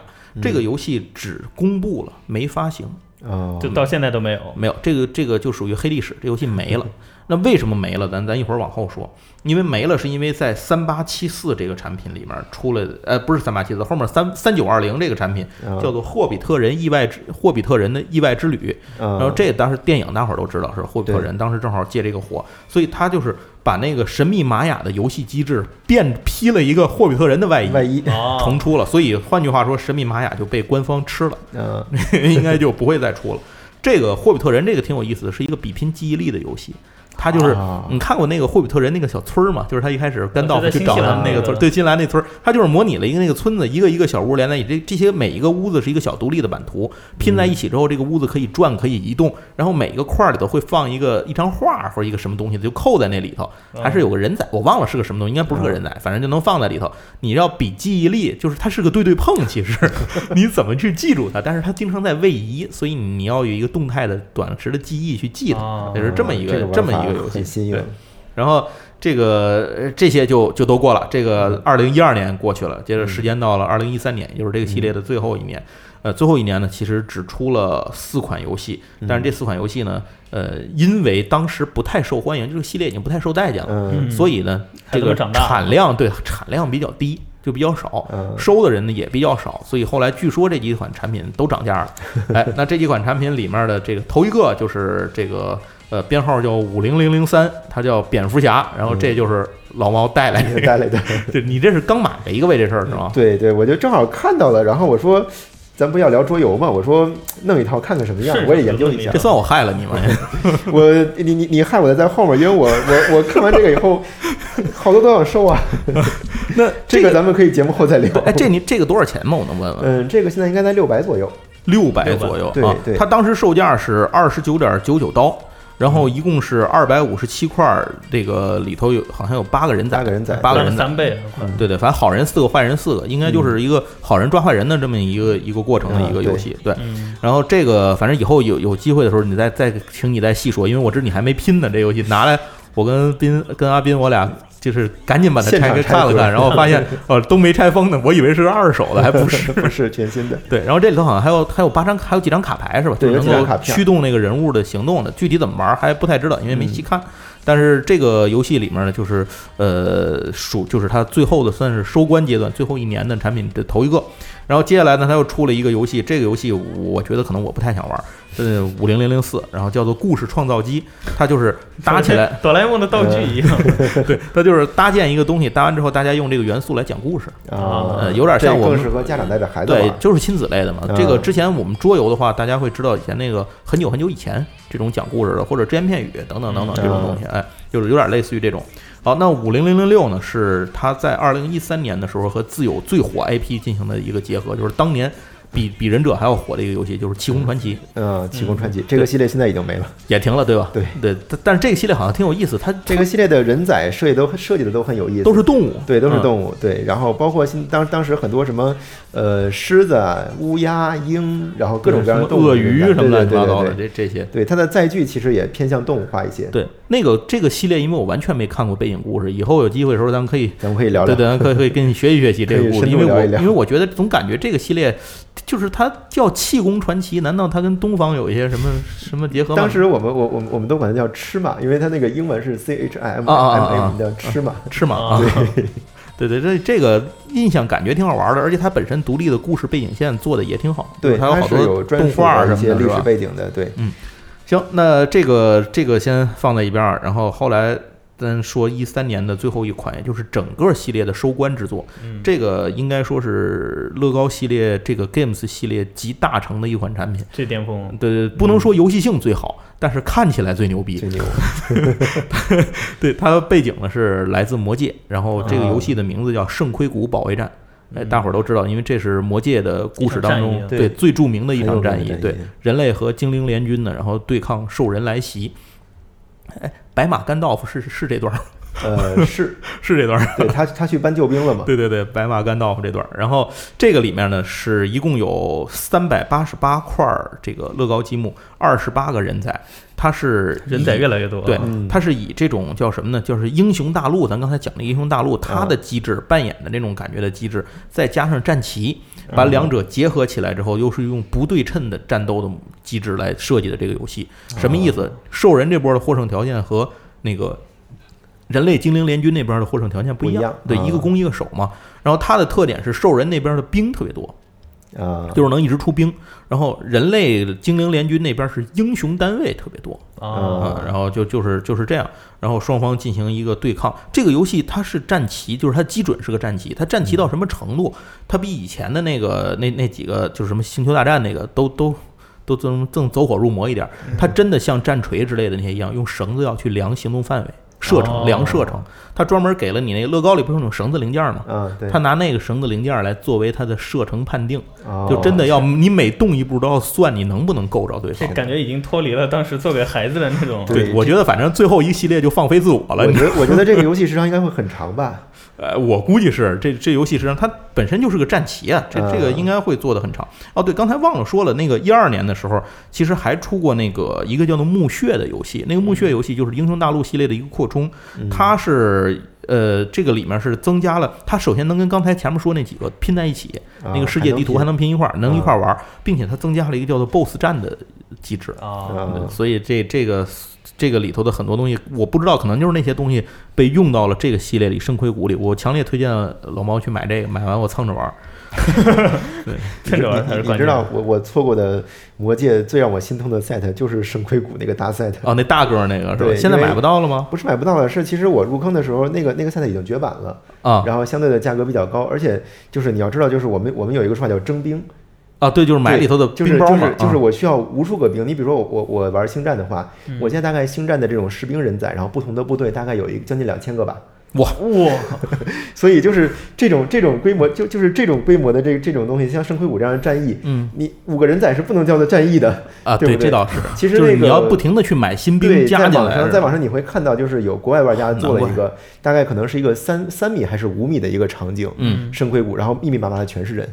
这个游戏只公布了，没发行，哦就到现在都没有。没有这个这个就属于黑历史，这游戏没了。那为什么没了？咱咱一会儿往后说。因为没了，是因为在三八七四这个产品里面出了，呃，不是三八七四，后面三三九二零这个产品啊叫做《霍比特人意外之霍比特人的意外之旅》，啊然后这当时电影大伙儿都知道是霍比特人，当时正好借这个火，所以他就是把那个神秘玛雅的游戏机制变披了一个霍比特人的外衣，嗯万一哦，嗯重出了。所以换句话说，神秘玛雅就被官方吃了，嗯 应该就不会再出了。这个霍比特人这个挺有意思的，是一个比拼记忆力的游戏。它就是啊你看过那个霍比特人那个小村儿吗？就是他一开始甘道就夫在去新找西他兰们那个那村个儿，对新西兰那村儿，他就是模拟了一个那个村子，一个一个小屋连在一起，这这些每一个屋子是一个小独立的版图，拼在一起之后，这个屋子可以转，可以移动，然后每个块儿里头会放一个一张画或者一个什么东西，就扣在那里头，还是有个人仔，我忘了是个什么东西，应该不是个人仔，反正就能放在里头。你要比记忆力，就是它是个对对碰，其实 你怎么去记住它？但是它经常在位移，所以你要有一个动态的短时的记忆去记它哦，也是这么一啊嗯这个玩这么法一个游戏很，新对颖。然后这个呃这些就就都过了。这嗯个二零一二年过去了，接着时间到了二零一三年，也就是这个系列的最后一年。嗯呃，最后一年呢，其实只出了四款游戏，嗯但是这四款游戏呢，呃，因为当时不太受欢迎，这个系列已经不太受待见了，嗯嗯所以呢，孩这子们个长大了产量对产量比较低，就比较少。嗯 收的人呢也比较少，所以后来据说这几款产品都涨 价了。哎，那这几款产品里面的这个头一个就是这个呃编号叫五零零零三，它叫蝙蝠侠，然后这就是老猫带来的。带来的。对你 这是刚买了一个为这事儿是吗？嗯对对，我就正好看到了，然后我说，咱不要聊桌游嘛，我说弄一套看看什么样是，我也研究一下这。算我害了你 吗？我你你你害我的在后面，因为我我我看完这个以后， 好多都想收啊。那这个咱们可以节目后再聊对。哎，这你这个多少钱吗？我能问问？嗯，这个现在应该 在六百左右。六百左右对啊对它当时售价是二十九点九九刀。然后一共是二百五十七块儿，这个里头有好像有八个人仔，八个人仔八个翻人了仔，三倍啊，对对，反正好人四个，坏人四个，应该就是一个好人抓坏人的这么一个一个过程的一个游戏，对。 嗯，然后这个反正以后有有机会的时候，你再再请你再细说，因为我知道你还没拼呢，这游戏拿来，我跟斌跟阿斌我俩就是赶紧把它现场拆开拆看了盒看，然后发现哦都没拆封呢，我以为是二手的，还不是。不是全新的，对，然后这里头好像还有还有八张还有几张卡牌是吧？对就是有几能张够卡片驱动那个人物的行动的，具体怎么玩还不太知道，因为没细嗯看。但是这个游戏里面呢，就是呃属就是它最后的算是收官阶段，最后一年的产品的头一个。然后接下来呢，它又出了一个游戏，这个游戏我觉得可能我不太想玩，呃五零零零四，然后叫做《故事创造机》，它就是搭起 来，哆啦 A 梦的道具一样，嗯对，它就是搭建一个东西，搭完之后大家用这个元素来讲故事。啊、呃有点像这我们更适合家长带着孩子对玩，。就是亲子类的嘛。嗯这个之前我们桌游的话，大家会知道以前那个很久很久以前这种讲故事的，或者只言片语等等等等嗯这种东西，哎，就是有点类似于这种。好，那五零零零六呢，是它在二零一三年的时候和自有最火 IP 进行的一个结合，就是当年比比忍者还要火的一个游戏，就是《气功传奇》。嗯，气功传奇、这个系列现在已 经没了。也停了，对吧？对对，但但是这个系列好像挺有意思，它这个系列的人仔设计都设计的都很有意思，都是动物，对，都是嗯动物，对。然后包括现当当时很多什么呃狮子啊、乌鸦、鹰，然后各种各样的什动么物，鳄鱼对什么乱七八糟。对的对对对这这些，对它的载具其实也偏向动物化一些，对，那个这个系列，因为我完全没看过背景故事，以后有机会的时候咱们可以咱们可以聊聊。对对，可以可以跟你学习学习这可个以故事，深因度为我聊一聊因为我觉得总感觉这个系列就是它叫气功传奇，难道它跟东方有一些什么什么结合吗？当时我们我我们我们都管它叫吃嘛，因为它那个英文是 C H I M 啊啊 M 啊 A，我啊们叫吃嘛。是吗？啊啊， 对对，这这个印象感觉挺好玩的，而且它本身独立的故事背景线做的也挺好，对，还有它好是多有专动属画啊的一什些么的，历是史吧？背景的，对，行，那这个这个先放在一边儿，然后后来咱说一三年的最后一款，也就是整个系列的收官之作，嗯这个应该说是乐高系列这个 Games 系列集大成的一款产品。 这巅峰，对对，不能说游戏性最好，但是看起来最牛逼 最。牛。对，它的背景呢是来自《魔戒》，然后这个游戏的名字叫《圣盔谷保卫战》。哎，大伙儿都知道，因为这是《魔戒》的故事当一中场战役啊对最著名的一场战很有役名，的对战役人类和精灵联军呢，然后对抗兽人来袭。哎，白马甘道夫是是这段儿，呃，是，是这段儿。对他他去搬救兵了嘛？对对对，白马甘道夫这段儿。然后这个里面呢，是一共有三百八十八块儿这个乐高积木，二十八个人仔，它是人仔以越来越多，对嗯，它是以这种叫什么呢？就是英雄大陆，咱刚才讲的英雄大陆，它嗯的机制扮演的那种感觉的机制，再加上战旗，把嗯两者结合起来之后，又是用不对称的战斗的机制来设计的这个游戏，哦什么意思？兽人这波的获胜条件和那个。人类精灵联军那边的获胜条件不一不一样样，对，啊一个攻一个守嘛。然后它的特点是兽人那边的兵特别多，啊，就是能一直出兵。然后人类精灵联军那边是英雄单位特别多，嗯啊，哦啊，然后就就是就是这样，然后双方进行一个对抗。这个游戏它是战棋，就是它基准是个战棋，它战棋嗯到什么程度？它比以前的那个那那几个就是什么星球大战那个都都都更更走火入魔一点儿。嗯它真的像战锤之类的那些一样，用绳子要去量行动范围、射哦程、量射程。它专门给了你那个乐高里不是有那种绳子零件吗？啊，对它，拿那个绳子零件来作为它的射程判定，哦就真的要你每动一步都要算你能不能够着对这方。感觉已经脱离了当时做给孩子的那种，对我觉得反正最后一系列就放飞自我了。哦我你觉得我觉得这个游戏时长应该会很长吧？呃，我估计是这这游戏实际上它本身就是个战棋啊，这这个嗯应该会做的很长。哦，对，刚才忘了说了，那个一二年的时候，其实还出过那个一个叫做墓穴的游戏，那个墓穴游戏就是英雄大陆系列的一个扩充，嗯它是。呃，这个里面是增加了，它首先能跟刚才前面说那几个拼在一起，啊那个世界地图还能拼一块儿，能一块儿玩儿，并且它增加了一个叫做 BOSS 战的机制，啊， 啊所以这这个这个里头的很多东西，我不知道，可能就是那些东西被用到了这个系列里，圣盔谷里。我强烈推荐老猫去买这个，买完我蹭着玩儿。趁着玩才是你关键。知道我我错过的《魔戒》最让我心痛的 set 就是圣盔谷那个大 set，哦，那大个儿那个是吧？对现在因为买不到了吗？不是买不到了，是其实我入坑的时候那个那个 set 已经绝版了，啊然后相对的价格比较高，而且就是你要知道，就是我们我们有一个说法叫征兵，啊，对，就是买对里头的就是冰包就嘛是，就是啊我需要无数个兵。你比如说我我我玩星战的话，我现在大概星战的这种士兵人仔，然后不同的部队大概有一将近两千个吧。哇，所以就是这种这种规模，就就是这种规模的这这种东西，像圣盔五这样的战役，嗯你五个人仔是不能叫做战役的。啊，对不对这倒是，其实就那是个你要不停的去买新对，兵加在进网来上，是在吧网上你会看到，就是有国外玩家做了难一个大概可能是一个三三米还是五米的一个场景，嗯，深盔谷，然后密密麻麻的全是人。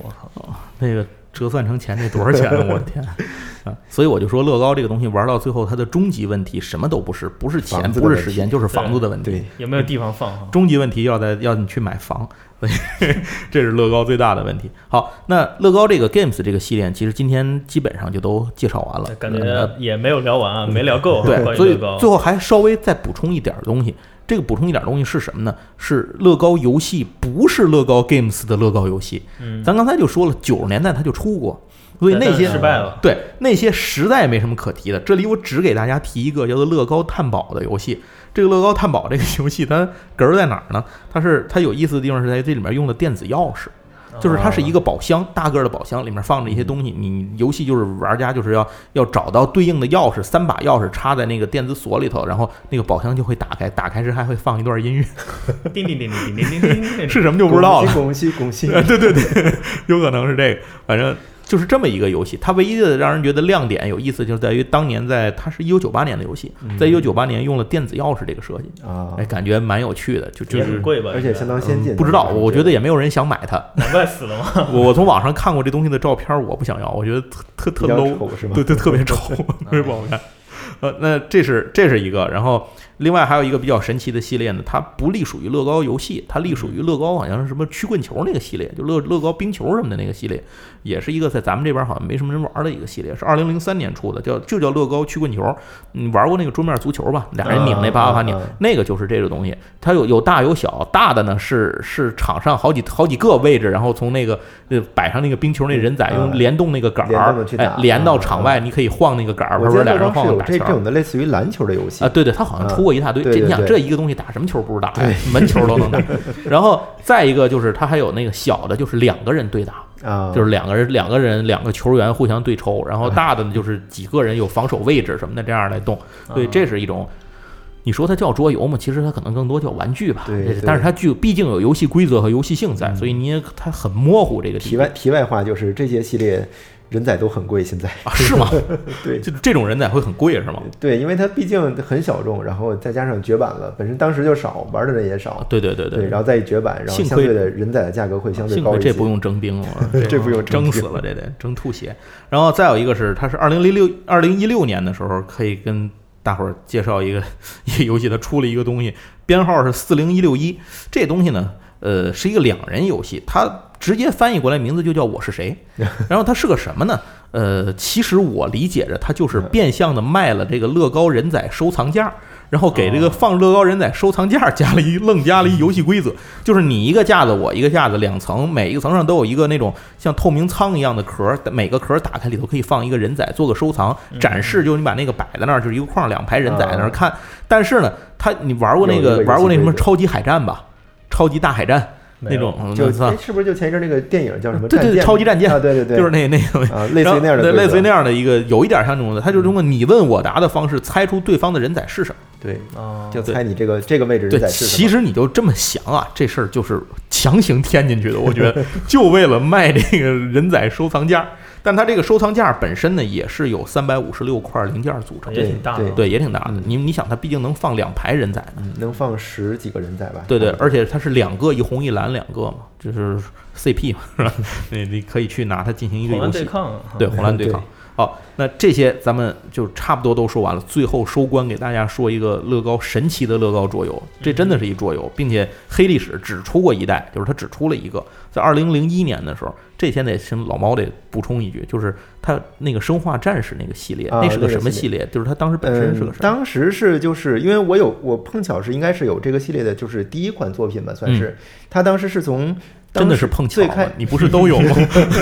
我靠，那个折算成钱得多少钱呢？ 我的天啊！所以我就说，乐高这个东西玩到最后，它的终极问题什么都不是，不是钱，房子的不是问时题间，就是房子的问题对。有没有地方放啊 哈？终极问题要在要你去买房，所以这是乐高最大的问题。好，那乐高这个 Games 这个系列，其实今天基本上就都介绍完了，感呃觉也没有聊完啊，没聊够哈。嗯对，关于所以乐高啊最后还稍微再补充一点儿东西。这个补充一点儿东西是什么呢？是乐高游戏，不是乐高 Games 的乐高游戏。嗯，咱刚才就说了，九十年代它就出过，所以但那但些失败了。对那些实在没什么可提的。这里我只给大家提一个叫做乐高探宝的游戏。这个乐高探宝这个游戏，它哏儿在哪儿呢？它是它有意思的地方是在这里面用了电子钥匙，啊就是它是一个宝箱，大个儿的宝箱，里面放着一些东西。你游戏就是玩家就是要要找到对应的钥匙，三把钥匙插在那个电子锁里头，然后那个宝箱就会打开，打开时还会放一段 音乐，叮叮叮叮叮叮叮叮叮，是什么就不知道了。拱西拱西，啊， 对对对，有可能是这个，反正就是这么一个游戏。它唯一的让人觉得亮点有意思，就是在于当年在它是一九九八年的游戏，在一九九八年用了电子钥匙这个设计，啊哎，，感觉蛮有趣的，就就也是很。贵吧？而且应该相当先进。嗯不知道，我觉得也没有人想买它。难怪死了 嘛。我我从网上看过这东西的照片，我不想要，我觉得特特特比较 low，丑是吧？对对，特 别丑，特别不好看。呃，那这是这是一个，然后另外还有一个比较神奇的系列呢，它不隶属于乐高游戏，它隶属于乐高好像是什么曲棍球那个系列，就乐乐高冰球什么的那个系列，也是一个在咱们这边好像没什么人玩的一个系列，是二零零三年出的，叫就叫乐高曲棍球。你玩过那个桌面足球吧？俩人拧那八八啊拧啊啊，那个就是这个东西，它有有大有小，大的呢是是场上好几好几个位置，然后从那个呃摆上那个冰球那人仔啊用联动那个杆联儿动地去，哎打，连到啊场外，你可以晃那个杆儿，我玩记玩得俩乐人高晃是晃有打这球这。种的类似于篮球的游戏啊，对对，他好像出过一大堆。啊对这对你想，对这一个东西打什么球不是打呀对？门球都能 打。然后再一个就是，他还有那个小的，就是两个人对打，啊，就是两个人、两个人、两个球员互相对抽，然后大的呢就是几个人有防守位置什么的这样来动，嗯所以啊这是一种。你说它叫桌游嘛？其实它可能更多叫玩具吧。对对嗯但是它具有毕竟有游戏规则和游戏性在，所以你也它很模糊这个地题方外题外话就是这些系列人仔都很贵，现在啊？是 吗？对。就这种人才会很贵是吗？对，因为它毕竟很小众，然后再加上绝版了，本身当时就少，玩的人也少，对对对对，然后再一绝版，然后幸相亏对的人仔的价格会相对幸高亏一些。这不用征兵 了，这不用征争兵死了，这得争吐血。然后再有一个是，它是二零零六二零一六年的时候，可以跟大伙儿介绍一个 一个游戏，它出了一个东西，编号是四零一六一，这东西呢。呃，是一个两人游戏，它直接翻译过来名字就叫《我是谁》。 然后它是个什么呢？呃，其实我理解着它就是变相的卖了这个乐高人仔收藏架，然后给这个放乐高人仔收藏架加了一愣加了一游戏规则，就是你一个架子，我一个架子，两层，每一个层上都有一个那种像透明仓一样的壳，每个壳打开里头可以放一个人仔做个收藏嗯展示，就是你把那个摆在那儿，就是一个框两排人仔在那儿看。但是呢，它你玩过那啊有一个个玩过那什么游戏规则超级海战吧？超级大海战没那有种，嗯就那算哎是不是就前一阵那个电影叫什么？对对战对舰超级战舰啊，对对对，就是那那个啊， 类似于 那样的嗯对，规则，类似于那样的一个，有一点像这种的，它就是通过你问我答的方式猜出对方的人仔是什么。对，啊，就猜你这个这个位置对人，仔是什其么。实你就这么想啊，这事儿就是强行添进去的，我觉 得就为了卖这个人仔收藏架。但它这个收藏架本身呢，也是有三百五十六块零件组成的也，挺大的。对对，也挺大的哎嗯。你你想，它毕竟能放两排人仔呢，嗯能放十几个人仔吧？对对，而且它是两个，一红一蓝两个嘛，就是 CP 嘛，是吧？ 你你可以去拿它进行一个红蓝游对戏，抗，啊哈对，红蓝对啊对抗。好，那这些咱们就差不多都说完了。最后收官，给大家说一个乐高神奇的乐高桌游，这真的是一桌游，并且黑历史只出过一代，就是它只出了一个，在二零零一年的时候。这先得请老猫得补充一句，就是它那个生化战士那个系列，啊那是那个个什么系系列？就是它当时本身是个嗯，什么？当时是就是因为我有我碰巧是应该是有这个系列的，就是第一款作品吧，算是。他当时是从嗯真当的时是碰巧最吗开？你不是都有吗？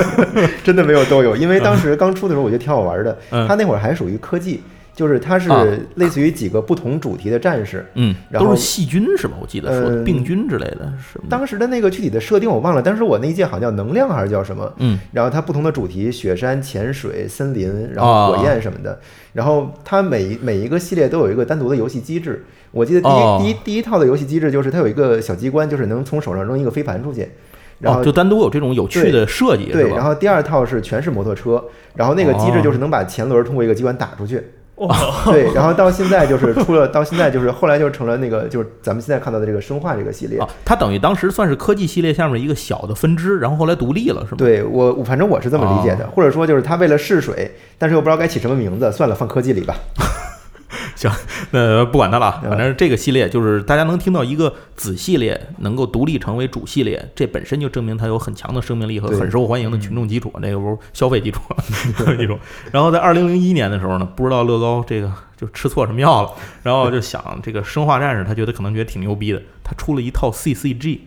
真的没有都有，因为当时刚出的时候我觉得挺好玩的。嗯他那会儿还属于科技，就是它是啊类似于几个不同主题的战士。嗯，然后都是细菌是吧？我记得说的嗯病菌之类的，哦是吗？当时的那个具体的设定我忘了，但是我那一届好像叫能量还是叫什么，嗯，然后它不同的主题，雪山、潜水、森啊林，然后火焰什么的。然后它每一每一个系列都有一个单独的游戏机制，我记得第一、哦第一第一套的游戏机制就是它有一个小机关，就是能从手上扔一个飞盘出去，然后、哦，就单独有这种有趣的设计，对，是吧哦然后第二套是全是摩托车，然后那个机制就是能把前轮通过一个机关打 出去。哇，对，然后到现在就是出了，到现在就是后来就成了那个就是咱们现在看到的这个生化这个系列。啊，它等于当时算是科技系列下面一个小的分支，然后后来独立了，是吗？对我，我反正我是这么理哦解的，或者说就是他为了试水，但是又不知道该起什么名字，算了，放科技里 吧。那呃不管它了，嗯反正这个系列就是大家能听到一个子系列能够独立成为主系列，这本身就证明它有很强的生命力和对嗯很受欢迎的群众基础，那个不是消费基 础，消费基础。然后在二零零一年的时候呢，不知道乐高这个就吃错什么药了，然后就想这个生化战士，他觉得可能觉得挺牛逼的，他出了一套 CCG，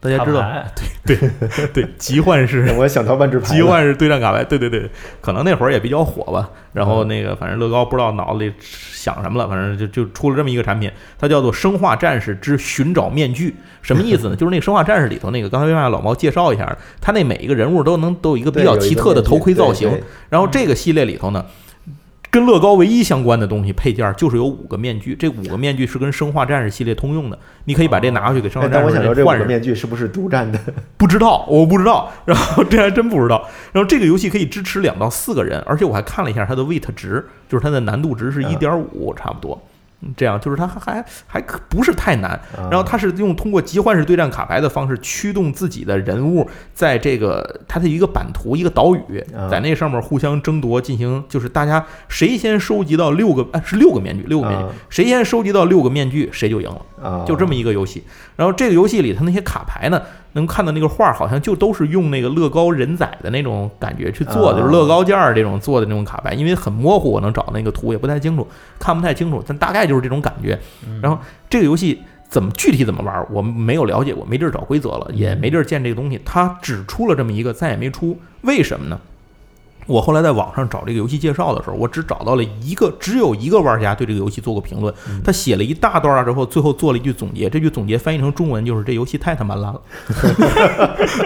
大家知道卡牌 对疾患是让我想到万智牌疾了，患是对战卡牌，对对对，可能那会儿也比较火吧。然嗯后那个，反正乐高不知道脑子里想什么了，反正就就出了这么一个产品，它叫做《生化战士之寻找面具》，什么意思呢？ 就是那个《生化战士》里头那个，刚才让老毛介绍一下，他那每一个人物都能都有一个比对较有一奇个特的面具头盔造对型对。然后这个系列里头呢。跟乐高唯一相关的东西配件儿就是有五个面具，这五个面具是跟生化战士系列通用的，你可以把这拿回去给生化哎战但士我想说这五换个上。面具是不是独占的？不知道，我不知道。 然后这还真不知道。然后这个游戏可以支持两到四个人，而且我还看了一下它的 weight 值，就是它的难度值是一嗯点五，差不多。嗯这样就是它还还还可不是太难。 然后啊它是用通过集换式对战卡牌的方式驱动自己的人物，在这个它的一个版图、一个岛屿，啊在那上面互相争夺，进行就是大家谁先收集到六个，哎，是六个面具，六个面具啊，谁先收集到六个面具，谁就赢了。啊，就这么一个游戏。然后这个游戏里它那些卡牌呢，能看到那个画儿好像就都是用那个乐高人仔的那种感觉去做的，啊就是乐高件儿这种做的那种卡牌，因为很模糊，我能找那个图也不太清楚，看不太清楚，但大概就是这种感觉。嗯然后这个游戏。怎么具体怎么玩儿，我没有了解过，没地儿找规则嗯了，也没地儿见这个东西。它只出了这么一个，再也没出，为什么呢？我后来在网上找这个游戏介绍的时候，我只找到了一个，只有一个玩家对这个游戏做过评论。嗯他写了一大段儿之后，最后做了一句总结，这句总结翻译成中文就是“这游戏太他妈烂了”。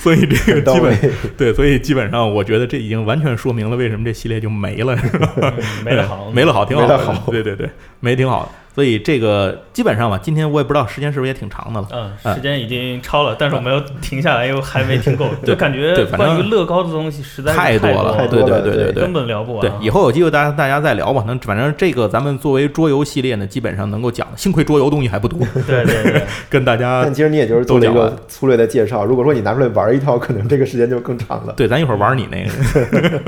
所以这个很到基位本 对，所以基本上我觉得这已经完全说明了为什么这系列就没了，是吧？嗯没得好， 没了好，挺好没的了，好对对对，没挺好的。所所以这个基本上吧，今天我也不知道时间是不是也挺长的了。嗯，时间已经超了，但是我没有停下来，又还没听够， 对就感觉对反正关于乐高的东西实在是太多了，太对多对了对对对对根，本聊不完对啊。，以后有机会大家大家再聊吧。那反正这个咱们作为桌游系列呢，基本上能够讲的，幸亏桌游东西还不多，对对对，跟大家但其实你也就是做了一都讲个粗略的介绍。如果说你拿出来玩一套，可能这个时间就更长了。对，咱一会儿玩你那个，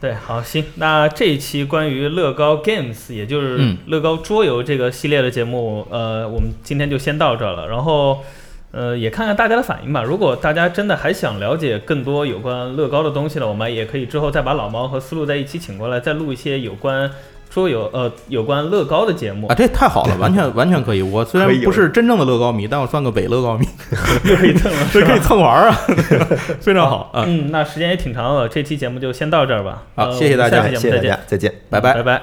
对，好，行，那这一期关于乐高 Games，也就是嗯乐高桌游这个系列的节目，呃，我们今天就先到这儿了。然后，呃，也看看大家的反应吧。如果大家真的还想了解更多有关乐高的东西呢，我们也可以之后再把老猫和思路在一起请过来，再录一些有关桌游，呃，有关乐高的节目啊，。这太好了，完全完全可以。我虽然可以不是真正的乐高迷，但我算个伪乐高迷，又可以 蹭了，是所以可吧以？蹭玩儿啊，非常好啊，嗯，那时间也挺长了，这期节目就先到这儿吧。好呃谢谢我们大家下期节谢目再谢大家见，，再见。拜拜拜。拜。